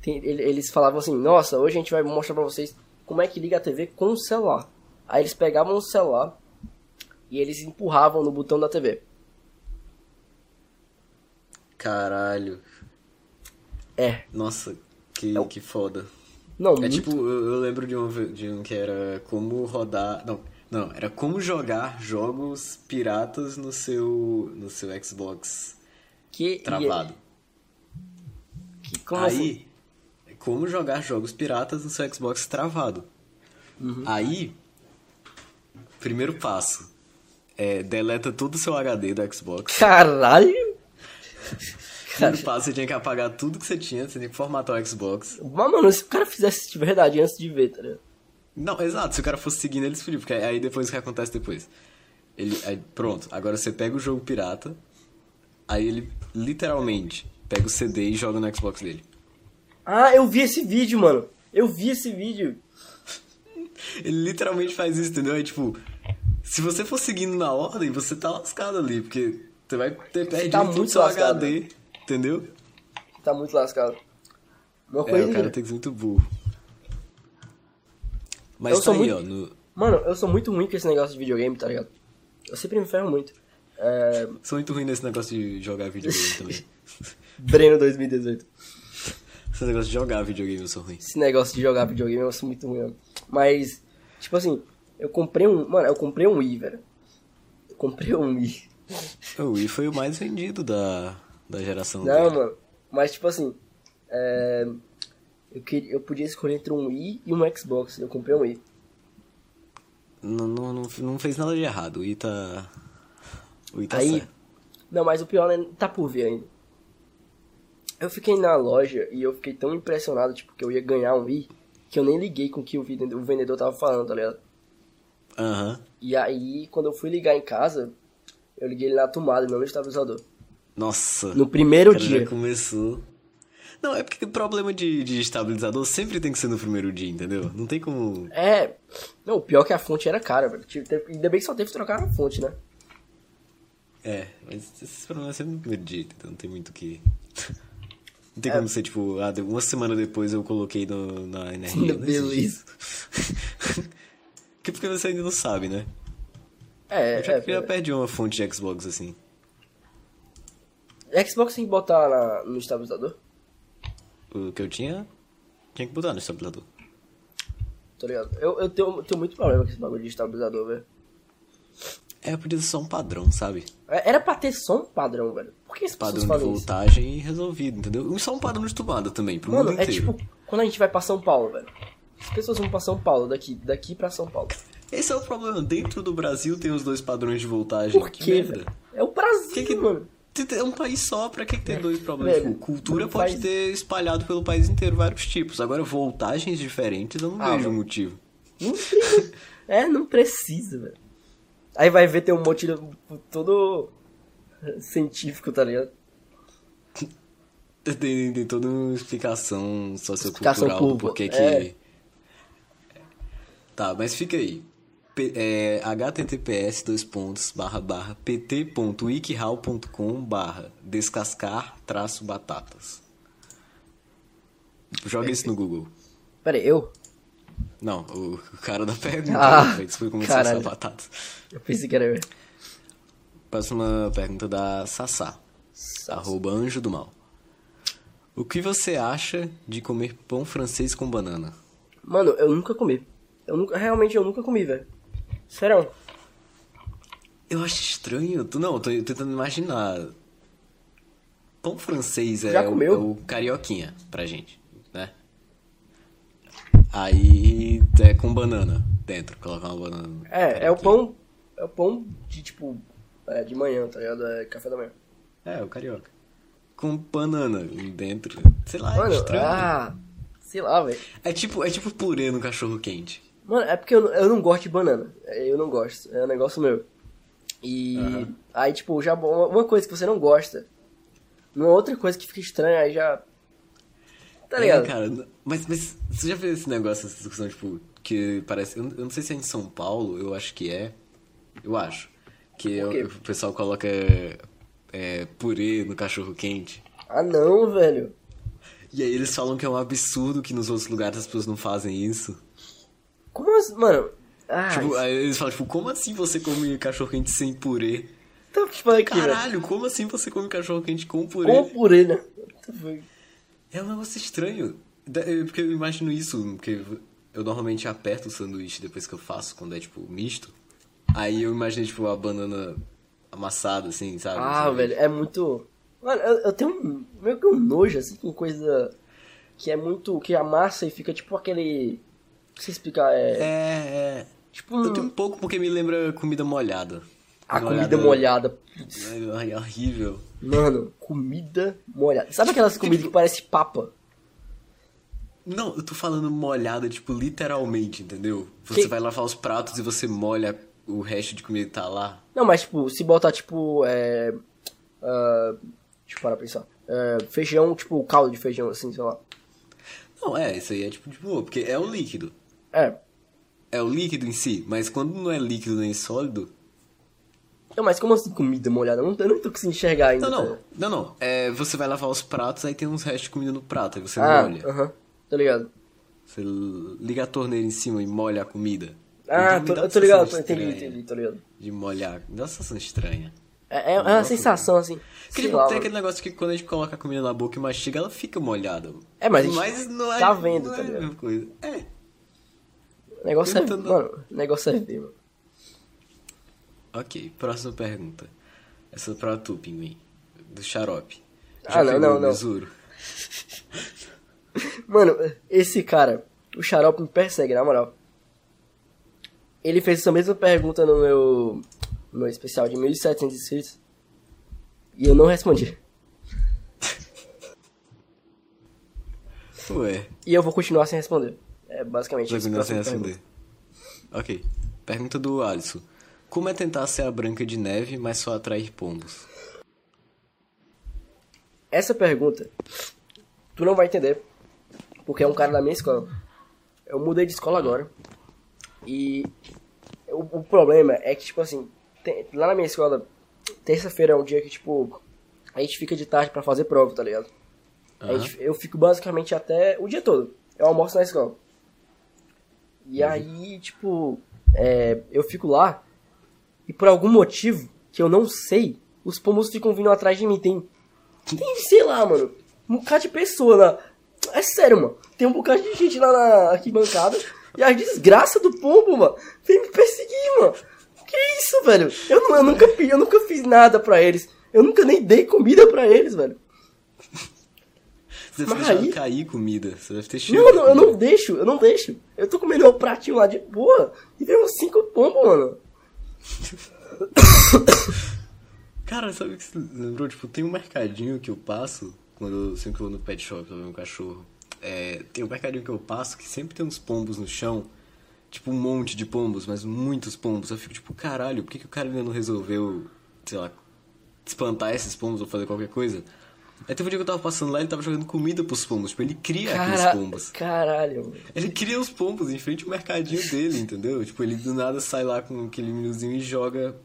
A: tem- ele- Eles falavam assim, nossa, hoje a gente vai mostrar pra vocês como é que liga a TV com o celular. Aí eles pegavam o celular e eles empurravam no botão da TV.
B: Caralho.
A: É.
B: Nossa, que,
A: É o- Uhum.
B: que foda.
A: Não,
B: É
A: muito-
B: tipo, eu, eu lembro de um, ve- de um que era como rodar. Não, não, era como jogar jogos piratas no seu, no seu Xbox
A: que. é,
B: travado.
A: que- como assim?
B: Aí, é como jogar jogos piratas no seu Xbox travado.
A: Uhum.
B: Aí, primeiro passo. É, deleta todo o seu HD do Xbox.
A: Caralho!
B: Primeiro passo, você tinha que apagar tudo que você tinha, você tinha que formatar o Xbox.
A: Mas, mano, se o cara fizesse isso de verdade antes de ver, tá ligado?
B: Não, exato. Se o cara fosse seguindo, ele explodia. Porque aí depois o que acontece depois? Ele, aí, pronto, agora você pega o jogo pirata, aí ele literalmente pega o CD e joga no Xbox dele.
A: Ah, eu vi esse vídeo, mano. Eu vi esse vídeo.
B: Ele literalmente faz isso, entendeu? É tipo, se você for seguindo na ordem, você tá lascado ali, porque você vai ter perdido
A: tá
B: todo
A: muito
B: seu
A: lascado, né?
B: HD, entendeu?
A: Tá muito lascado. Uma
B: É,
A: coisa
B: o
A: que-
B: cara tem que ser muito burro. Mas
A: Eu
B: tá
A: sou
B: aí,
A: muito-
B: ó, no-
A: Mano, eu sou muito ruim com esse negócio de videogame, tá ligado? Eu sempre me ferro muito. É...
B: sou muito ruim nesse negócio de jogar videogame também.
A: Breno 2018.
B: Esse negócio de jogar videogame eu sou ruim.
A: Esse negócio de jogar videogame eu sou muito ruim, mano. Mas, tipo assim, eu comprei um. Mano, eu comprei um Wii, velho. Eu comprei um Wii.
B: O Wii foi o mais vendido da, da geração
A: Não,
B: dele.
A: mano. Mas, tipo assim, é... eu, queria... eu podia escolher entre um Wii e um Xbox. Eu comprei um Wii.
B: Não, não, não, não fez nada de errado. O Wii tá. O Wii tá
A: Aí-
B: certo.
A: Não, mas o pior né, tá por vir ainda. Eu fiquei na loja e eu fiquei tão impressionado, tipo, que eu ia ganhar um Wii, que eu nem liguei com o que o vende- o vendedor tava falando, tá ligado?
B: Aham.
A: E aí, quando eu fui ligar em casa, eu liguei ele na tomada, não no estabilizador.
B: Nossa.
A: No primeiro
B: o cara né,
A: dia.
B: Já começou. Não, é porque o problema de, de estabilizador sempre tem que ser no primeiro dia, entendeu? Não tem como.
A: É. Não, o pior é que a fonte era cara, velho. Tive- teve- Ainda bem que só teve que trocar a fonte, né?
B: É, mas esses problemas sempre no primeiro dia, então não tem muito o que. Não
A: É.
B: tem como ser, tipo, ah, de- uma semana depois eu coloquei no, na energia.
A: Meu
B: não existe
A: Deus.
B: isso. que porque você ainda não sabe, né?
A: É,
B: Eu já,
A: é.
B: já perdi uma fonte de Xbox assim.
A: é. Xbox tem que botar na- no estabilizador,
B: O que eu tinha, tinha que botar no estabilizador.
A: tá ligado? Eu, eu tenho, tenho muito problema com esse bagulho de estabilizador, velho.
B: É, podia ser só um padrão, sabe?
A: É, Era pra ter som padrão, velho. Por que as pessoas
B: Padrão de
A: fazem isso?
B: voltagem resolvido, entendeu? E só um padrão de tomada também, pro
A: Mano,
B: mundo
A: é
B: inteiro.
A: tipo quando a gente vai pra São Paulo, velho. As pessoas vão pra São Paulo, daqui, daqui pra São Paulo.
B: Esse é o problema. Dentro do Brasil tem os dois padrões de voltagem.
A: Por
B: que
A: quê,
B: merda.
A: velho? É o Brasil,
B: Que que-
A: mano.
B: É um país só, pra que que tem dois problemas?
A: É. Velho,
B: Tipo, cultura
A: não
B: pode
A: faz-
B: ter espalhado pelo país inteiro vários tipos. Agora, voltagens diferentes, eu não
A: Ah,
B: vejo
A: mano.
B: motivo.
A: Não tem- é, não precisa, velho. Aí vai ver tem um monte de, todo científico, tá ligado?
B: Tem, tem toda uma explicação sociocultural
A: Explicação
B: do
A: curva,
B: porquê que...
A: é.
B: Tá, mas fica aí. P- é, https dois pontos barra barra pt.wikihow.com barra descascar traço batatas. Joga isso no Google.
A: Pera aí, eu?
B: Não, o o cara da pergunta.
A: Ah,
B: Ah, foi como descascar
A: caralho.
B: batatas.
A: Eu pensei que era eu.
B: Próxima pergunta da Sassá. Arroba anjo do mal. O que você acha de comer pão francês com banana?
A: Mano, eu nunca comi. Eu nunca, realmente eu nunca comi, velho. Serão?
B: Eu acho estranho. Tu, não, eu tô tentando imaginar. Pão francês é,
A: Já
B: o,
A: comeu?
B: é o carioquinha pra gente, né? Aí é com banana dentro, colocar uma banana. no
A: É, é o
B: carioquinha.
A: pão. É o pão de tipo. É, de manhã, tá ligado? É café da manhã.
B: É, o carioca. Com banana dentro. Sei lá,
A: Mano,
B: é estranho.
A: ah. Sei lá, velho.
B: É tipo, é tipo purê no cachorro quente.
A: Mano, é porque eu, eu não gosto de banana. É, Eu não gosto. É um negócio meu. E aí, tipo, já uma uma coisa que você não gosta. Uma outra coisa que fica estranha, aí já. Tá
B: É,
A: ligado?
B: cara, mas, mas você já fez esse negócio, essa discussão, tipo, que parece. Eu, eu não sei se é em São Paulo, eu acho que é. Eu acho. Que
A: O
B: o,
A: quê?
B: o pessoal coloca é, purê no cachorro quente.
A: Ah não, velho.
B: E aí eles falam que é um absurdo que nos outros lugares as pessoas não fazem isso.
A: Como assim? Mano. Ah,
B: tipo,
A: isso-
B: aí eles falam, tipo, como assim você come cachorro quente sem purê?
A: tá tipo aqui, velho.
B: Caralho, como assim você come cachorro quente com purê?
A: Com purê, né? Tá, foi.
B: É um negócio estranho. Da- eu- Porque eu imagino isso, porque eu normalmente aperto o sanduíche depois que eu faço, quando é tipo misto. Aí eu imaginei, tipo, a banana amassada, assim, sabe?
A: Ah,
B: Assim,
A: velho, é muito. Mano, eu, eu tenho um, meio que um nojo, assim, com coisa que é muito. que amassa e fica tipo aquele. Não sei explicar, é.
B: É, é.
A: tipo
B: Eu tenho
A: um,
B: um pouco porque me lembra comida molhada.
A: a comida molhada.
B: É, é horrível.
A: Mano, comida molhada. Sabe aquelas comidas que parece papa?
B: Não, eu tô falando molhada, tipo, literalmente, entendeu?
A: Que-
B: Você vai lavar os pratos e você molha o resto de comida que tá lá.
A: Não, mas tipo, se botar tipo. É, ah, deixa eu parar pra pensar. É, feijão, tipo, caldo de feijão, assim, sei lá.
B: Não, é, isso aí é tipo de boa, porque é o líquido.
A: É.
B: É o líquido em si, mas quando não é líquido nem sólido,
A: Não, mas como assim comida molhada? Eu não, eu não tô conseguindo enxergar ainda.
B: Não,
A: cara.
B: não, não, não. É, você vai lavar os pratos, aí tem uns restos de comida no prato, aí você
A: Ah,
B: molha.
A: aham. Tá ligado?
B: Você liga a torneira em cima e molha a comida.
A: Ah,
B: Então me
A: tô,
B: dá
A: eu
B: uma
A: tô ligado, tô,
B: sensação
A: entendi,
B: estranha
A: entendi, tô ligado.
B: De molhar. Dá uma sensação estranha.
A: É, é- é uma sensação assim.
B: Porque
A: sei
B: tipo,
A: lá,
B: tem
A: mano.
B: aquele negócio que quando a gente coloca a comida na boca e mastiga, ela fica molhada.
A: É, mas a gente
B: não é.
A: tá vendo,
B: não
A: tá
B: é a
A: ligado?
B: mesma coisa. É.
A: O negócio é.
B: eu tô andando.
A: Mano, o negócio é ver, mano.
B: Ok, próxima pergunta. Essa é pra tu, pinguim. Do xarope.
A: Ah, não,
B: pegou
A: não,
B: o
A: não.
B: Besouro?
A: Mano, esse cara, o xarope me persegue, na moral. Ele fez essa mesma pergunta no meu, no meu especial de 1700 inscritos. E eu não respondi.
B: Ué,
A: E eu vou continuar sem responder. É basicamente
B: Vai
A: isso.
B: continuar sem
A: Próxima
B: responder. um Ok. Pergunta do Alisson. Como é tentar ser a Branca de Neve, mas só atrair pombos?
A: Essa pergunta Tu não vai entender. Porque é um cara da minha escola. Eu mudei de escola agora. E o, o problema é que, tipo assim, tem- lá na minha escola, terça-feira é um dia que, tipo, a gente fica de tarde pra fazer prova, tá ligado? A gente- eu fico basicamente até o dia todo. Eu almoço na escola. E aí, tipo, é, eu fico lá e por algum motivo que eu não sei, os pombos ficam vindo atrás de mim. Tem, tem sei lá, mano, um bocado de pessoa lá. É sério, mano. Tem um bocado de gente lá na arquibancada e a desgraça do pombo, mano, vem me perseguir, mano. Que isso, velho? Eu, não- eu, nunca, fi- eu nunca fiz nada pra eles. Eu nunca nem dei comida pra eles, velho.
B: Você deve
A: Mas
B: ter deixado
A: aí-
B: cair comida. Você deve ter cheiro.
A: Não,
B: de
A: não, eu não
B: comida.
A: deixo, eu não deixo. Eu tô comendo meu pratinho lá de boa e veio uns cinco pombos, mano.
B: Cara, sabe o que você lembrou? Tipo, tem um mercadinho que eu passo quando eu sempre vou no pet shop pra ver um cachorro. É, tem um mercadinho que eu passo que sempre tem uns pombos no chão. Tipo, um monte de pombos, mas muitos pombos. Eu fico tipo, caralho, por que, que o cara ainda não resolveu, sei lá, espantar esses pombos ou fazer qualquer coisa? Aí teve um dia que eu tava passando lá ele tava jogando comida pros pombos. Tipo, ele cria aqueles
A: Cara,
B: pombos.
A: caralho, mano.
B: Ele cria os pombos em frente ao mercadinho dele, entendeu? Tipo, ele do nada sai lá com aquele minuzinho e joga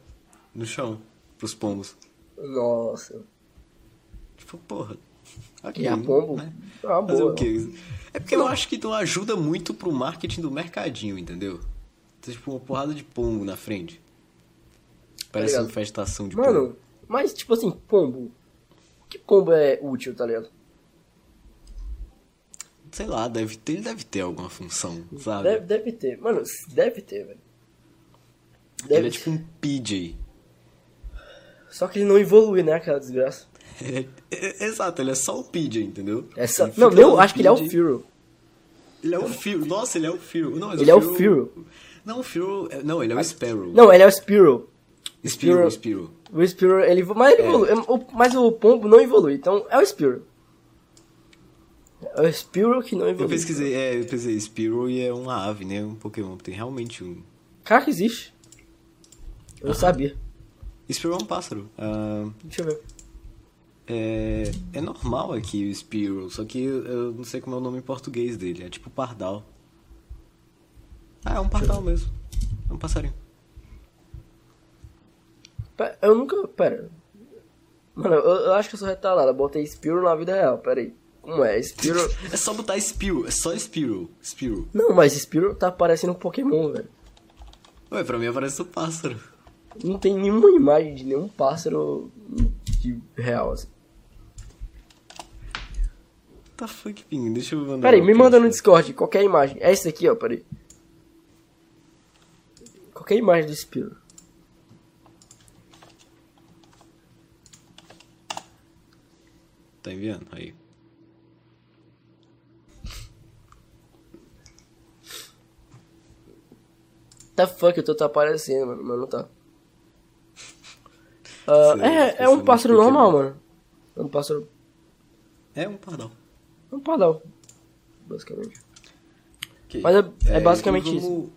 B: no chão pros pombos.
A: Nossa.
B: Tipo, porra. ok,
A: E a pombo?
B: né?
A: É uma
B: Fazer
A: boa.
B: o quê? É porque eu acho que então ajuda muito pro marketing do mercadinho, entendeu? Tem, tipo, uma porrada de pombo na frente. Parece
A: ligado.
B: uma festação de pombo.
A: Mano, mas tipo assim, pombo. Que pombo é útil, tá ligado?
B: Sei lá, deve ter, ele deve ter alguma função, sabe?
A: Deve, deve ter. Mano, deve ter, velho.
B: Ele
A: Deve
B: é tipo um PJ.
A: Só que ele não evolui, né, aquela desgraça.
B: É- é- exato, ele é só o PJ, entendeu?
A: Essa...
B: Ele fica
A: É
B: um
A: Não, eu
B: lá no
A: acho que ele é o
B: PJ.
A: Firo.
B: Ele é o Firo. Nossa, ele é o Firo. Não, mas
A: Ele é o Firo.
B: Não, o Firo. é- Não, ele é o Sparrow.
A: Não, ele é o Spiro.
B: Spiro,
A: Spiro.
B: Spiro.
A: O Spiro, ele... evo- Mas, ele
B: É.
A: evolui. O- Mas o pombo não evolui, então é o Spiro. É o Spiro que não evolui.
B: Eu pesquisei, é, eu pesquisei Spiro e é uma ave, né? Um Pokémon. Tem realmente um.
A: Cara, que existe. Eu não sabia.
B: Spiro é um pássaro. Ah,
A: Deixa eu ver.
B: é, é normal aqui o Spiro, só que eu, eu não sei como é o nome em português dele. É tipo pardal. Ah, é um pardal mesmo. É um passarinho.
A: Pe- Eu nunca. Pera. Mano, eu, eu acho que eu sou retardado. Eu botei Spiro na vida real. Pera aí. Como é? Spiro.
B: É só botar Spiro, é só Spiro. Spiro.
A: Não, mas Spiro tá parecendo um Pokémon, velho.
B: Ué, pra mim aparece um pássaro.
A: Não tem nenhuma imagem de nenhum pássaro de real, assim.
B: What the fuck, Ping? Deixa eu mandar.
A: Pera aí,
B: uma
A: me manda no
B: pista.
A: Discord qualquer imagem. É esse aqui, ó, pera aí. Qualquer imagem do Spiro.
B: Tá enviando? Aí.
A: Tá fuck, eu tô tá aparecendo, mano, mas não tá. Ah,
B: Sei,
A: é, é
B: esqueci
A: um pássaro
B: muito
A: normal,
B: Pokémon.
A: mano. É um pássaro.
B: É um pardal.
A: É um pardal. Basicamente.
B: Ok.
A: Mas é- é basicamente
B: e vamos-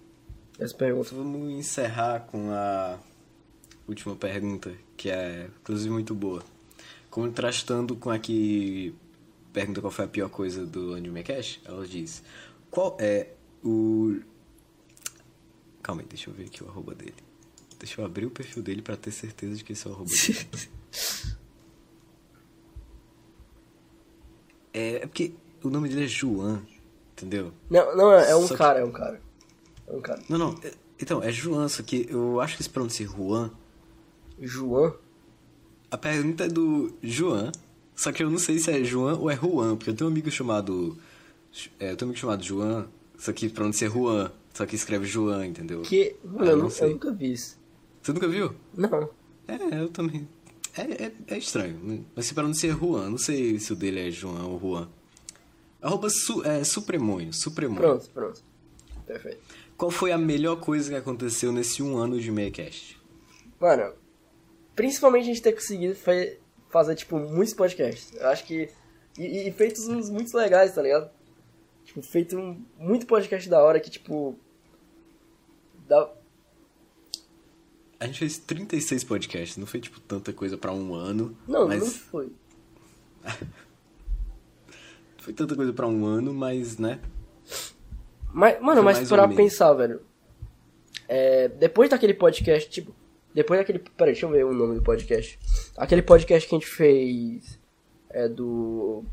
A: Essa pergunta.
B: Vamos encerrar com a última pergunta, que é inclusive muito boa. Contrastando com a que pergunta qual foi a pior coisa do Anime Cash, ela diz: Qual é o. Calma aí, deixa eu ver aqui o arroba dele. Deixa eu abrir o perfil dele pra ter certeza de que esse é o arroba dele. é, é porque o nome dele é Juan, entendeu?
A: Não, não, é um
B: Só que-
A: cara, é um cara. É um cara.
B: Não, não. é- Então, é Juan, só que eu acho que se pronuncia Juan.
A: João?
B: A pergunta é do Juan, só que eu não sei se é Juan ou é Juan, porque eu tenho um amigo chamado. É, eu tenho um amigo chamado Juan, só que pronuncia Juan, só que escreve Juan, entendeu?
A: Que.
B: Ah,
A: Mano,
B: eu
A: eu,
B: não
A: nu- eu
B: sei.
A: nunca vi isso.
B: Você nunca viu?
A: Não.
B: É, eu também. É, é, é estranho, né? mas se pronuncia Juan, não sei se o dele é Juan ou Juan. Arroba su, é, Supremonho, Supremonho.
A: Pronto, pronto. Perfeito.
B: Qual foi a melhor coisa que aconteceu nesse um ano de Meicast?
A: Mano, principalmente a gente ter conseguido fe- fazer, tipo, muitos podcasts. Eu acho que. E, e feitos uns muito legais, tá ligado? Tipo, feito um- muito podcast da hora que, tipo. Dá...
B: A gente fez 36 podcasts, não foi tipo tanta coisa pra um ano.
A: Não,
B: mas
A: não foi.
B: Foi tanta coisa pra um ano, mas, né?
A: Mas, mano,
B: Foi
A: mas
B: mais um
A: pra
B: ou menos.
A: pensar, velho. é, depois daquele podcast, tipo. Depois daquele. Peraí, deixa eu ver o nome do podcast. Aquele podcast que a gente fez. É do.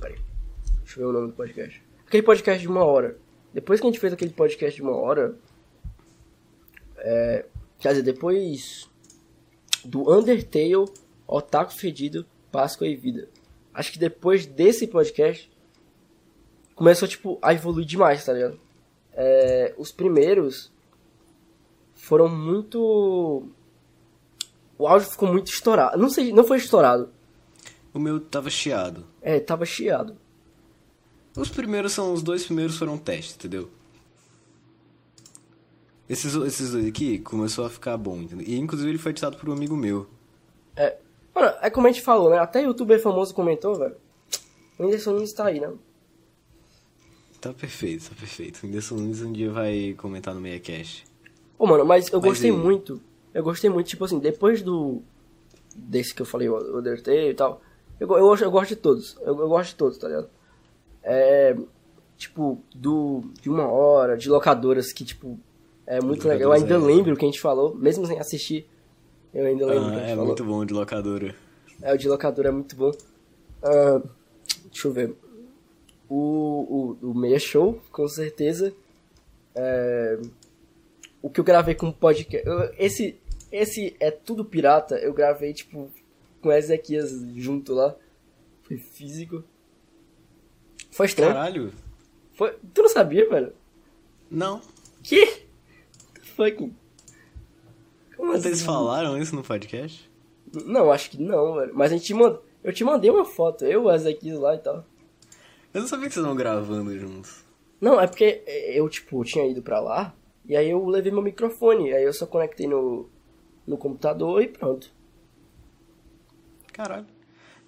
A: Peraí. Deixa eu ver o nome do podcast. Aquele podcast de uma hora. Depois que a gente fez aquele podcast de uma hora. É, quer dizer, depois. Do Undertale, Otaku Fedido, Páscoa e Vida. Acho que depois desse podcast começou, tipo, a evoluir demais, tá ligado? É, os primeiros foram muito. O áudio ficou muito estourado. Não sei, não foi estourado.
B: O meu tava chiado.
A: É, tava chiado.
B: Os primeiros são os dois primeiros foram um teste, entendeu? Esses, esses dois aqui começou a ficar bom, entendeu? E inclusive ele foi editado por um amigo meu.
A: É, mano, é como a gente falou, né? Até youtuber famoso comentou, velho. O Whindersson Nunes tá aí, né?
B: Tá perfeito, tá perfeito. O Whindersson Nunes um dia vai comentar no MeiaCast.
A: Pô, mano, mas eu
B: Mas
A: gostei
B: e-
A: muito. Eu gostei muito, tipo assim, depois do. Desse que eu falei, o Undertale e tal. Eu, go- eu, gosto- eu gosto de todos. Eu, eu gosto de todos, tá ligado? É. Tipo, do. De uma hora, de locadoras que, tipo. É muito
B: Locadoras
A: legal. Eu ainda
B: é-
A: lembro o que a gente falou, mesmo sem assistir. Eu ainda lembro o que a
B: Ah,
A: gente
B: é
A: falou.
B: muito bom de locadora.
A: É, o de locadora é muito bom. Ah, deixa eu ver. O, o, o Meia Show, com certeza. É, o que eu gravei com podcast. eu- esse, esse é tudo pirata. Eu gravei, tipo, com Ezequias junto lá. Foi físico. Foi estranho.
B: Caralho?
A: Foi, tu não sabia, velho?
B: Não.
A: Que? Fucking. Como assim?
B: Vocês falaram isso no podcast?
A: Não, acho que não, velho. Mas a gente manda. Eu te mandei uma foto, eu, o Ezequias lá e tal.
B: Eu não sabia que vocês estavam gravando juntos.
A: Não, é porque eu, tipo, tinha ido pra lá, e aí eu levei meu microfone, aí eu só conectei no, no computador e pronto.
B: Caralho.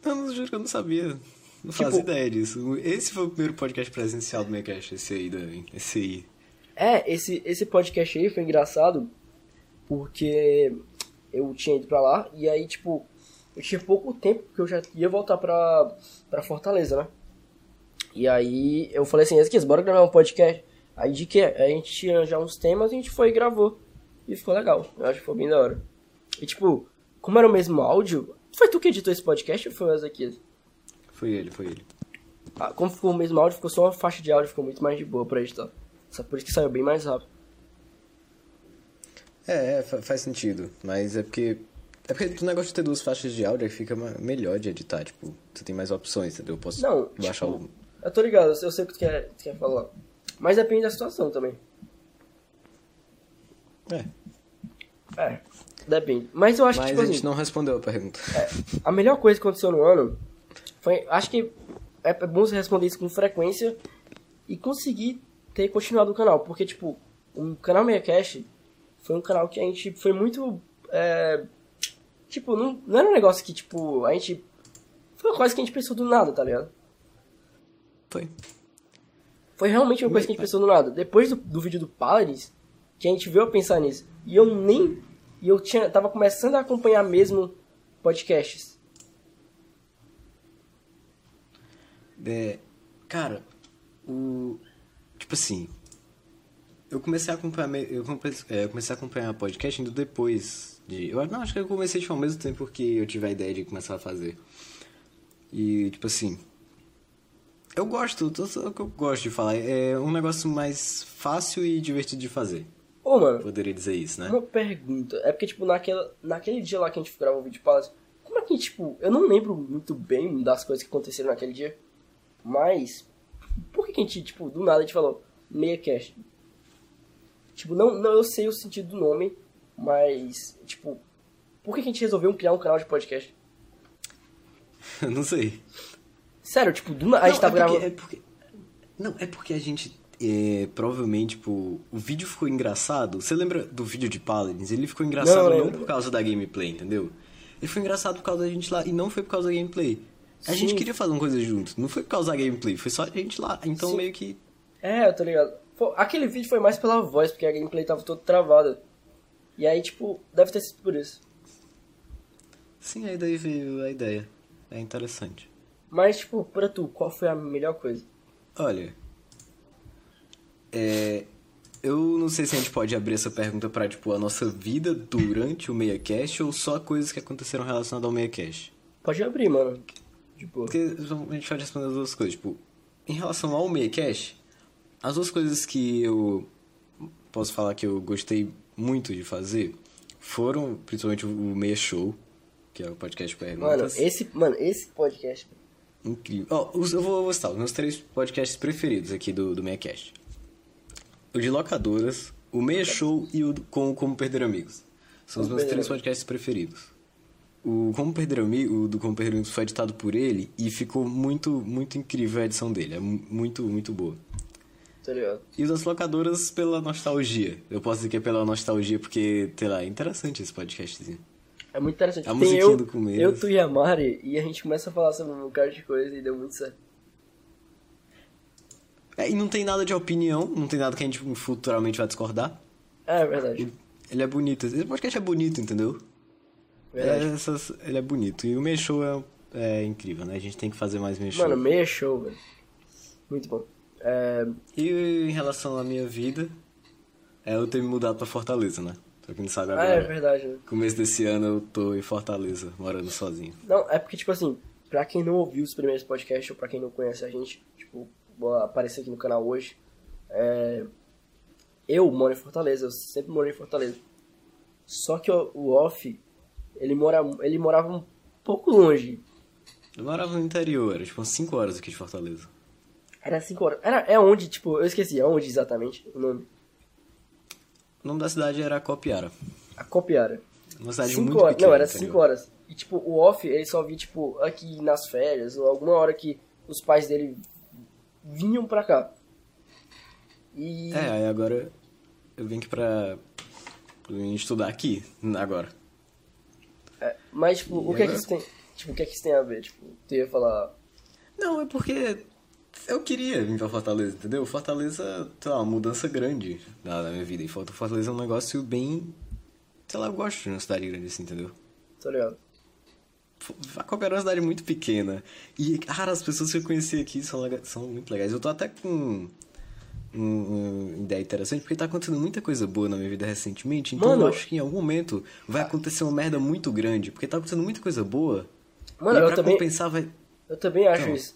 B: Não, não juro que eu não sabia. Não fazia ideia disso. Esse foi o primeiro podcast presencial do MeiaCast, esse aí, Davi. Esse aí.
A: É, esse, esse podcast aí foi engraçado, porque eu tinha ido pra lá, e aí, tipo, eu tinha pouco tempo, porque eu já ia voltar pra, pra Fortaleza, né? E aí eu falei assim, Ezequias, bora gravar um podcast. Aí de que? A gente tinha já uns temas e a gente foi e gravou. E ficou legal. Eu acho que foi bem da hora. E tipo, como era o mesmo áudio, foi tu que editou esse podcast ou foi o Ezequias?
B: Foi ele, foi ele.
A: Ah, como ficou o mesmo áudio, ficou só uma faixa de áudio, ficou muito mais de boa pra editar. Só por isso que saiu bem mais rápido.
B: É, é, fa- faz sentido. Mas é porque. É porque o negócio de ter duas faixas de áudio é que fica ma- melhor de editar, tipo, você tem mais opções, entendeu? Eu posso
A: Não,
B: baixar
A: tipo,
B: o.
A: eu tô ligado, eu sei o que tu quer, tu quer falar. Mas depende da situação também.
B: É.
A: Tipo É, depende. Mas eu acho
B: Mas
A: que, tipo
B: a gente
A: assim, É.
B: não respondeu a pergunta.
A: a melhor coisa que aconteceu no ano foi... Acho que é bom você responder isso com frequência e conseguir ter continuado o canal. Porque, tipo, o canal MeiaCast foi um canal que a gente foi muito... é, tipo, não, não era um negócio que, tipo, a gente... Foi uma coisa que a gente pensou do nada, tá ligado?
B: Foi.
A: Foi realmente uma coisa que a gente pensou do nada. Depois do, do vídeo do Paladins, que a gente veio a pensar nisso. E eu nem. E eu tinha, tava começando a acompanhar mesmo podcasts.
B: É, cara, o. Tipo assim. Eu comecei a acompanhar. me- Eu comecei, é, eu comecei a acompanhar podcast ainda depois de. Eu não, acho que eu comecei tipo, ao mesmo tempo que eu tive a ideia de começar a fazer. E, tipo assim. Eu gosto, tô- só o que eu gosto de falar. É um negócio mais fácil e divertido de fazer.
A: Ô, mano,
B: Poderia dizer isso, né?
A: uma pergunta. É porque, tipo, naquela, naquele dia lá que a gente gravou o vídeo de Paladins, como é que, tipo, eu não lembro muito bem das coisas que aconteceram naquele dia. Mas, por que, que a gente, tipo, do nada a gente falou meia cast? Tipo, não, não eu sei o sentido do nome, mas, tipo, por que, que a gente resolveu criar um canal de podcast?
B: Eu não sei.
A: Sério, tipo, do na- a gente
B: Não,
A: tava
B: é porque-
A: gravando.
B: é porque- Não, é porque a gente. é, provavelmente, tipo, o vídeo ficou engraçado. Você lembra do vídeo de Paladins? Ele ficou engraçado
A: Não,
B: não,
A: lembro.
B: por causa da gameplay, entendeu? Ele foi engraçado por causa da gente lá e não foi por causa da gameplay. A gente
A: Sim.
B: queria fazer uma coisa junto, não foi por causa da gameplay, foi só a gente lá. Então
A: Sim.
B: meio que.
A: É, eu tô ligado. Pô, aquele vídeo foi mais pela voz, porque a gameplay tava toda travada. E aí, tipo, deve ter sido por isso.
B: Sim, aí daí veio a ideia. É interessante.
A: Mas, tipo, pra tu, qual foi a melhor coisa?
B: Olha. É. Eu não sei se a gente pode abrir essa pergunta pra, tipo, a nossa vida durante o MeiaCast ou só coisas que aconteceram relacionadas ao MeiaCast.
A: Pode abrir, mano. Tipo,
B: Porque a gente pode responder as duas coisas. Tipo, em relação ao MeiaCast, as duas coisas que eu posso falar que eu gostei muito de fazer foram principalmente o Meia Show, que é o podcast com
A: mano,
B: perguntas.
A: esse, mano, esse podcast.
B: Incrível. Ó, os- eu vou vou citar os meus três podcasts preferidos aqui do, do MeiaCast. O de locadoras, o Meia Show e o do- com o Como Perder Amigos. São os
A: Como
B: meus
A: Perder
B: três podcasts preferidos. O Como Perder Amigos, o do Como Perder Amigos foi editado por ele e ficou muito, muito incrível a edição dele. É mu- muito, muito boa.
A: Tá ligado?
B: E o das locadoras pela nostalgia. Eu posso dizer que é pela nostalgia porque, sei lá, é interessante esse podcastzinho.
A: É muito interessante.
B: A
A: Tem
B: musiquinha
A: eu,
B: do começo.
A: eu, tu e a Mari, e a gente começa a falar sobre um bocado de coisa e deu muito certo.
B: É, e não tem nada de opinião, não tem nada que a gente futuramente vai discordar.
A: É, é verdade.
B: Ele é bonito. Esse podcast é bonito, entendeu?
A: verdade.
B: É, essas- ele é bonito. E o Mexou é, é incrível, né? A gente tem que fazer mais Mexou.
A: Mano, meia show, velho. Muito bom. É,
B: E em relação à minha vida, é eu ter me mudado pra Fortaleza, né? Pra quem não sabe
A: Ah,
B: agora.
A: é verdade, né?
B: Começo desse ano eu tô em Fortaleza, morando sozinho.
A: Não, é porque, tipo assim, pra quem não ouviu os primeiros podcasts, ou pra quem não conhece a gente, tipo, vou aparecer aqui no canal hoje, é, eu moro em Fortaleza, eu sempre morei em Fortaleza. Só que o, o Off, ele, mora, ele morava um pouco longe.
B: Eu morava no interior, era tipo umas 5 horas aqui de Fortaleza.
A: Era 5 horas. Era, é onde, tipo, eu esqueci, é onde exatamente o nome.
B: O nome da cidade era Copiara.
A: A Copiara.
B: Uma cidade
A: Cinco
B: muito
A: horas.
B: pequena.
A: Não, era
B: no interior.
A: 5 horas. E tipo, o off, ele só via, tipo, aqui nas férias, ou alguma hora que os pais dele vinham pra cá. E.
B: É, aí agora eu vim aqui pra pra vir estudar aqui, agora.
A: é, mas, tipo, o que é que
B: agora?
A: isso tem. Tipo, o que é que isso tem a ver? Tipo, tu ia falar.
B: Não, é porque eu queria vir pra Fortaleza, entendeu? Fortaleza, sei lá, uma mudança grande na, na minha vida. E Fort- Fortaleza é um negócio bem. Sei lá, eu gosto de uma cidade grande assim, entendeu?
A: Tá ligado?
B: F- A Copiara é uma cidade muito pequena. E, cara, as pessoas que eu conheci aqui são, lega- são muito legais. Eu tô até com. um- uma ideia interessante, porque tá acontecendo muita coisa boa na minha vida recentemente, então
A: Mano,
B: eu acho que em algum momento vai acontecer uma merda muito grande, porque tá acontecendo muita coisa boa.
A: Mano,
B: e
A: eu
B: pra
A: também-
B: compensar vai.
A: Eu também acho
B: Então.
A: isso.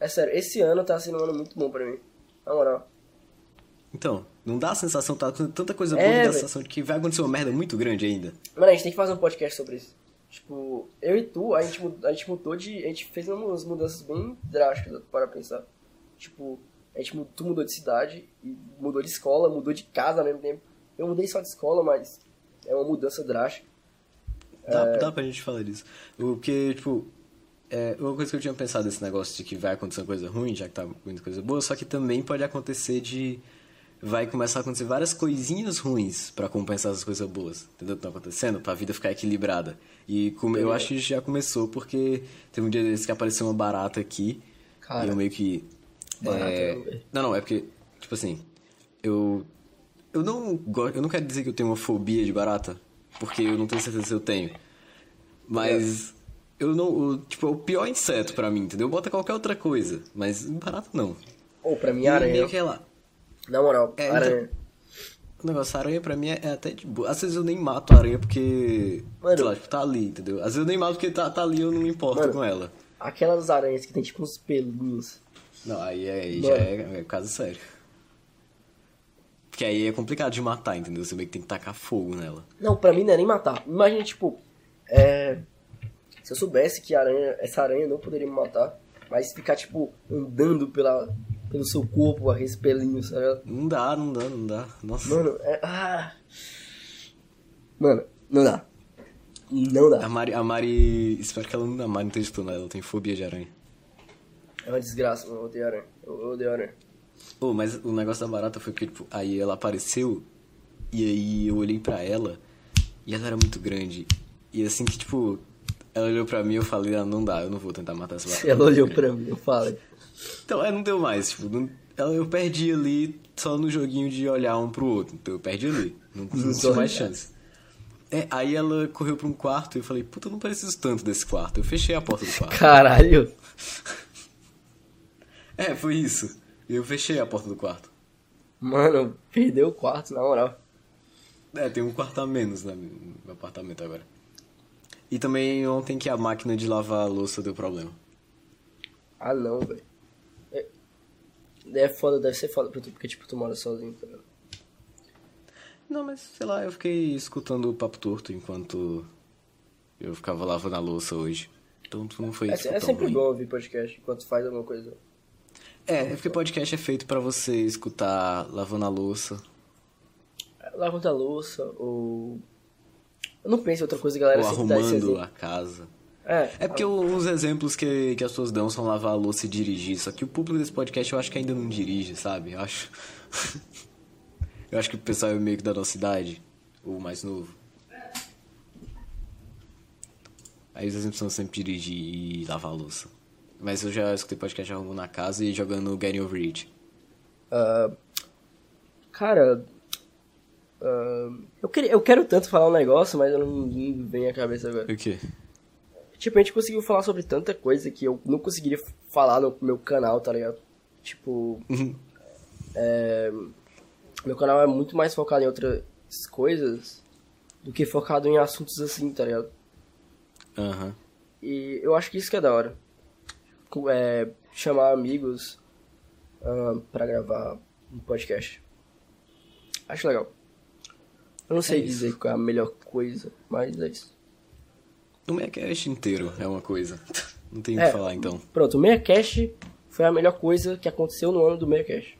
A: É sério, esse ano tá sendo um ano muito bom pra mim. Na moral.
B: Então, não dá a sensação, tá acontecendo tanta coisa
A: É,
B: boa, que dá
A: velho.
B: a sensação de que vai acontecer uma merda muito grande ainda.
A: Mano, a gente tem que fazer um podcast sobre isso. Tipo, eu e tu, a gente, mu- a gente mudou de. A gente fez umas mudanças bem drásticas para pensar. Tipo, a gente, mu- tu mudou de cidade, e mudou de escola, mudou de casa ao mesmo tempo. Eu mudei só de escola, mas é uma mudança drástica.
B: Dá,
A: É.
B: dá pra gente falar disso. O- Porque, tipo, é, uma coisa que eu tinha pensado nesse negócio de que vai acontecer uma coisa ruim, já que tá muita coisa boa, só que também pode acontecer de. Vai começar a acontecer várias coisinhas ruins pra compensar as coisas boas, entendeu? Que estão acontecendo, pra vida ficar equilibrada. E como,
A: É.
B: eu acho que já começou, porque teve um dia desses que apareceu uma barata aqui.
A: Cara.
B: E eu meio que.
A: Barata,
B: é,
A: não, velho.
B: Não, não, é porque, tipo assim, eu. Eu não gosto. Eu não quero dizer que eu tenho uma fobia de barata, porque eu não tenho certeza se eu tenho. Mas. Eu não. o- tipo, é o pior inseto pra mim, entendeu? Bota qualquer outra coisa, mas barata não.
A: Ou pra mim,
B: E
A: aranha.
B: meio que ela.
A: Na moral,
B: É,
A: aranha.
B: O negócio, aranha pra mim é, é até de boa. Às vezes eu nem mato a aranha porque.
A: Mano.
B: sei lá, tipo, tá ali, entendeu? Às vezes eu nem mato porque tá, tá ali e eu não me importo
A: Mano.
B: com ela.
A: Aquelas aranhas que tem tipo uns pelinhos.
B: Não, aí, aí
A: Bora.
B: já é, é caso sério. Porque aí é complicado de matar, entendeu? Você meio que tem que tacar fogo nela.
A: Não, pra mim não é nem matar. Imagina, tipo, é... se eu soubesse que a aranha, essa aranha não poderia me matar, mas ficar, tipo, andando pela, pelo seu corpo, aqueles pelinhos, sabe?
B: Não dá, não dá, não dá. Nossa.
A: Mano, é... Ah. Mano, não dá. Não
B: A
A: dá.
B: Mari, a Mari. Espero que ela não, a Mari não esteja estudando, ela tem fobia de aranha.
A: É uma desgraça, mano. Eu odeio aranha. Eu, eu odeio aranha.
B: Ô, mas o negócio da barata foi porque, tipo, aí ela apareceu e aí eu olhei pra ela e ela era muito grande. E assim que, tipo, ela olhou pra mim eu falei, ah, não dá, eu não vou tentar matar essa barata.
A: Ela olhou pra mim, eu falei.
B: Então, é, não deu mais, tipo, não- ela, eu perdi ali só no joguinho de olhar um pro outro, então eu perdi ali, não, não
A: Não
B: tinha
A: tô
B: mais
A: ligado.
B: chance. É, aí ela correu pra um quarto e eu falei, puta, eu não preciso tanto desse quarto. Eu fechei a porta do quarto.
A: Caralho.
B: É, foi isso. Eu fechei a porta do quarto.
A: Mano, perdeu o quarto, na moral.
B: É, tem um quarto a menos né, no apartamento agora. E também ontem que a máquina de lavar a louça deu problema.
A: Ah, não, velho. É, é foda, deve ser foda pra tu, porque, tipo, tu mora sozinho, tá ligado?
B: Não, mas sei lá, eu fiquei escutando o papo torto enquanto eu ficava lavando a louça hoje. Então tu não foi
A: É,
B: isso.
A: se- é sempre bom ouvir podcast enquanto faz alguma coisa.
B: É, é porque podcast é feito pra você escutar lavando a louça.
A: Lavando a É, louça, ou... Eu não penso em outra coisa, galera.
B: Ou
A: sempre dá esse
B: arrumando
A: exemplo.
B: a casa.
A: É,
B: É porque os exemplos que, que as pessoas dão são lavar a louça e dirigir. Só que o público desse podcast eu acho que ainda não dirige, sabe? Eu acho. eu acho que o pessoal é meio que da nossa idade. Ou mais novo. Aí os exemplos são sempre dirigir e lavar a louça. Mas eu já escutei podcast arrumando na casa e jogando Getting Over It.
A: Ah, cara, ah, eu, queria, eu quero tanto falar um negócio, mas eu não, não vem à cabeça agora.
B: O quê?
A: Tipo, a gente conseguiu falar sobre tanta coisa que eu não conseguiria falar no meu canal, tá ligado? Tipo,
B: Uhum.
A: é, meu canal é muito mais focado em outras coisas do que focado em assuntos assim, tá ligado?
B: Aham.
A: E eu acho que isso que é da hora. Co- É, chamar amigos ah, pra gravar um podcast. Acho legal. Eu não sei
B: isso.
A: dizer qual é a melhor coisa, mas é isso.
B: O Maccast inteiro é uma coisa. Não tem o
A: É.
B: que falar então.
A: Pronto, o MeiaCast foi a melhor coisa que aconteceu no ano do MeiaCast.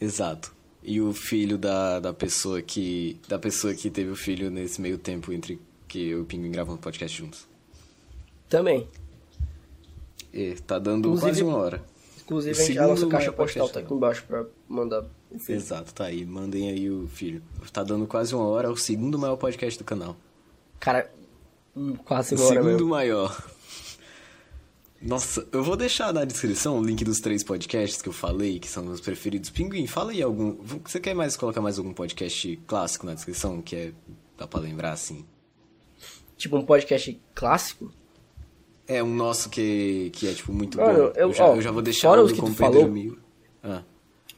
B: Exato. E o filho da, da pessoa que. Da pessoa que teve o filho nesse meio tempo entre que eu e o Pinguim gravamos podcast juntos.
A: Também.
B: E tá dando
A: Inclusive-
B: quase uma hora.
A: Inclusive,
B: O
A: a, gente, a nossa
B: segundo
A: caixa
B: maior
A: postal
B: podcast,
A: tá
B: né?
A: aqui embaixo pra mandar o filho.
B: Exato, tá aí. Mandem aí o filho. Tá dando quase uma hora, é o segundo maior podcast do canal.
A: Cara, hum, quase
B: O
A: uma hora
B: segundo
A: mesmo.
B: maior. Nossa, eu vou deixar na descrição o link dos três podcasts que eu falei, que são meus preferidos. Pinguim, fala aí algum. Você quer mais colocar mais algum podcast clássico na descrição? Que é. dá pra lembrar assim.
A: Tipo, um podcast clássico.
B: É um nosso que, que é, tipo, muito
A: Mano,
B: bom.
A: eu-
B: já,
A: ó,
B: eu já vou deixar
A: fora
B: o
A: os
B: do
A: que tu
B: Compedro
A: falou.
B: Mil. Ah,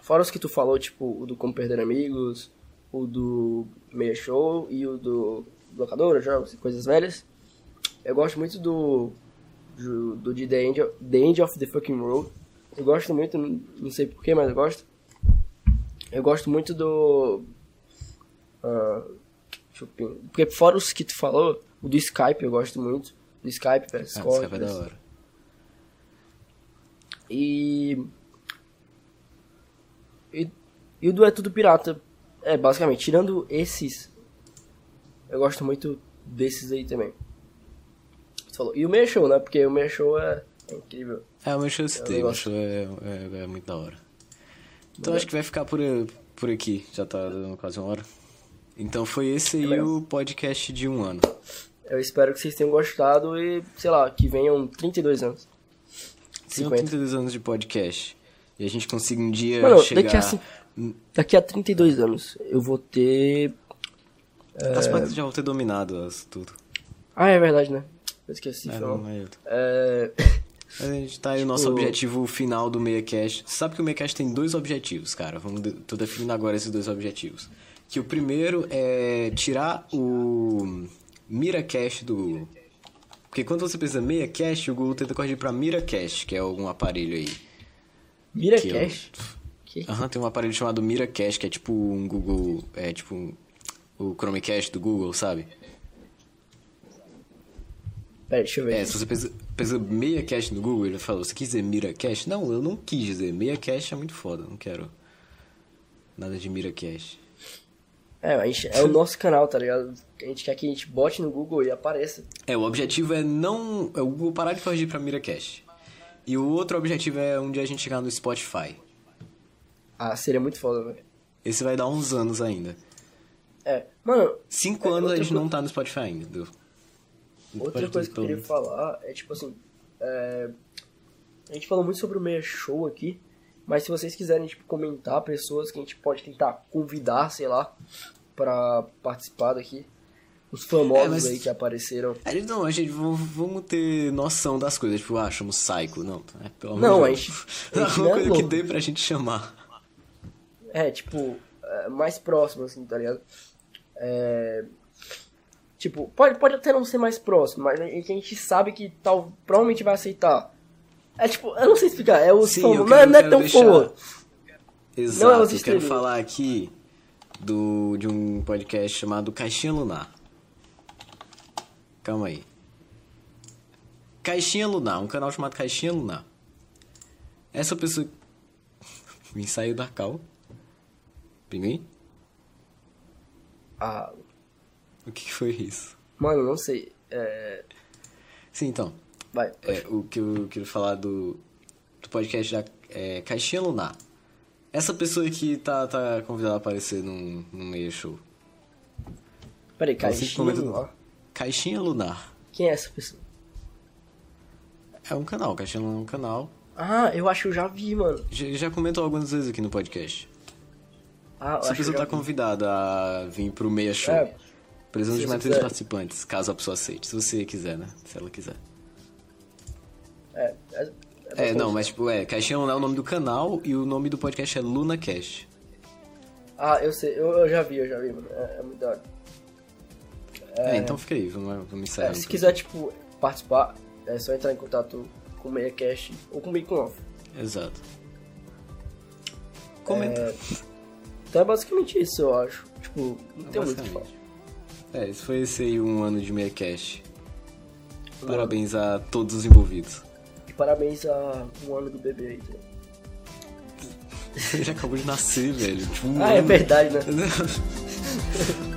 A: Fora os que tu falou, tipo, o do Como Perder Amigos, o do Meia Show e o do Locadora, Jogos e Coisas Velhas. Eu gosto muito do. do do de The End, of, the End of the Fucking Road. Eu gosto muito, n- não sei porquê, mas eu gosto. Eu gosto muito do. ah, deixa eu pen- porque fora os que tu falou, o do Skype eu gosto muito. Do Skype, velho.
B: ah
A: Discord,
B: Skype é da
A: velho.
B: hora.
A: E... e. E o do É Tudo Pirata. É, basicamente, tirando esses. Eu gosto muito desses aí também. Você falou. E o Meia Show, né? Porque o Meia Show é, é incrível.
B: É, o meu
A: um
B: show eu citei, meu
A: gosto.
B: show é, é, é muito da hora. Então acho que vai ficar por, por aqui, já tá dando quase uma hora. Então foi esse aí
A: Beleza.
B: o podcast de um ano.
A: Eu espero que vocês tenham gostado e, sei lá, que venham 32 anos.
B: São
A: 50.
B: 32 anos de podcast. E a gente consiga um dia
A: Mano, assim,
B: chegar...
A: daqui a, cin- daqui a 32 anos eu vou ter.
B: As partes já vão ter dominado as- tudo.
A: Ah, é verdade, né? Eu esqueci.
B: É,
A: foi mal.
B: não é-
A: É,
B: A gente tá aí o nosso objetivo final do MeiaCast. Você sabe que o MeiaCast tem dois objetivos, cara. Vamos de... Tô definindo agora esses dois objetivos. Que o primeiro é tirar o MiraCast do Google. Porque quando você pensa MeiaCast, o Google tenta corrigir pra MiraCast, que é algum aparelho aí.
A: Mira
B: Que eu-
A: Cash. Que?
B: Aham, tem um aparelho chamado MiraCast, que é tipo um Google... É tipo um- o Chromecast do Google, sabe?
A: Pera, deixa eu ver.
B: É,
A: aqui.
B: se você pensa, pensa meia cache no Google, ele falou, você quis dizer mira cache? Não, eu não quis dizer. Meia cache é muito foda, não quero nada de mira cache.
A: É, a gente, é o nosso canal, tá ligado? A gente quer que a gente bote no Google e apareça.
B: É, o objetivo é não... É o Google parar de corrigir pra mira cache. E o outro objetivo é um dia a gente chegar no Spotify.
A: Ah, seria muito foda, velho.
B: Esse vai dar uns anos ainda.
A: É, mano,
B: Cinco
A: É,
B: anos a
A: outra
B: gente
A: co-
B: não tá no Spotify ainda. Du. Não
A: outra
B: pode
A: coisa
B: ter
A: que eu queria
B: todo-
A: falar é tipo assim. é, a gente falou muito sobre o Meia Show aqui, mas se vocês quiserem tipo, comentar pessoas que a gente pode tentar convidar, sei lá, pra participar daqui, Os famosos
B: É, mas-
A: aí que apareceram.
B: A gente não, a gente v- vamos ter noção das coisas. Tipo, ah, chama o Psycho. Não, é, pelo amor
A: Não,
B: de
A: a
B: Deus.
A: gente- a gente
B: Alguma
A: não é
B: coisa
A: louco.
B: que dê pra gente chamar.
A: É, tipo, é, mais próximo, assim, tá ligado? É, tipo, pode, pode até não ser mais próximo, mas a gente a gente sabe que tal, provavelmente vai aceitar. É tipo, eu não sei explicar, é o
B: Sim,
A: famoso-
B: eu quero-
A: não, não é
B: quero
A: tão
B: deixar-
A: famoso.
B: Exato.
A: é os
B: eu quero
A: estrelinhas.
B: falar aqui do, de um podcast chamado Caixinha Lunar. Calma aí. Caixinha Lunar, um canal chamado Caixinha Lunar. Essa pessoa. Me saiu da cal. Pinguim?
A: Ah,
B: O que que foi isso?
A: mano, não sei. É,
B: Sim, então.
A: vai.
B: É, o que eu quero falar do, do podcast da é, Caixinha Lunar. Essa pessoa que tá, tá convidada a aparecer num, num meio show.
A: Peraí,
B: Ela
A: cara.
B: sempre comenta no- Caixinha Lunar.
A: Quem é essa pessoa?
B: É um canal, Caixinha Lunar é um canal.
A: Ah, eu acho que eu já vi, mano.
B: Já, já comentou algumas vezes aqui no podcast.
A: Ah, eu
B: Essa
A: acho que eu
B: pessoa
A: já
B: tá
A: vi.
B: convidada a vir pro meia show.
A: É. Se
B: Precisamos de
A: você
B: mais três
A: quiser.
B: participantes, caso a pessoa aceite. Se você quiser, né? Se ela quiser.
A: É, é,
B: É,
A: bastante.
B: não, mas tipo, é, Caixinha Lunar é o nome do canal e o nome do podcast é Luna Cash.
A: Ah, eu sei, eu, eu já vi, eu já vi, mano. É, é muito da hora.
B: É, então fica aí, vamos, vamos
A: É,
B: ensaiar.
A: se
B: um
A: quiser, tipo, participar, é só entrar em contato com o MeiaCast ou com o Bacon Off.
B: Exato. Comenta.
A: Então é basicamente isso, eu acho. Tipo, não tem muito o que falar.
B: Basicamente. É, isso foi esse aí um ano de Meiacast. Parabéns a todos os envolvidos.
A: E parabéns a um ano do bebê aí. também.
B: Ele acabou de nascer, velho. Tipo, um
A: Ah, é
B: ano.
A: verdade, né?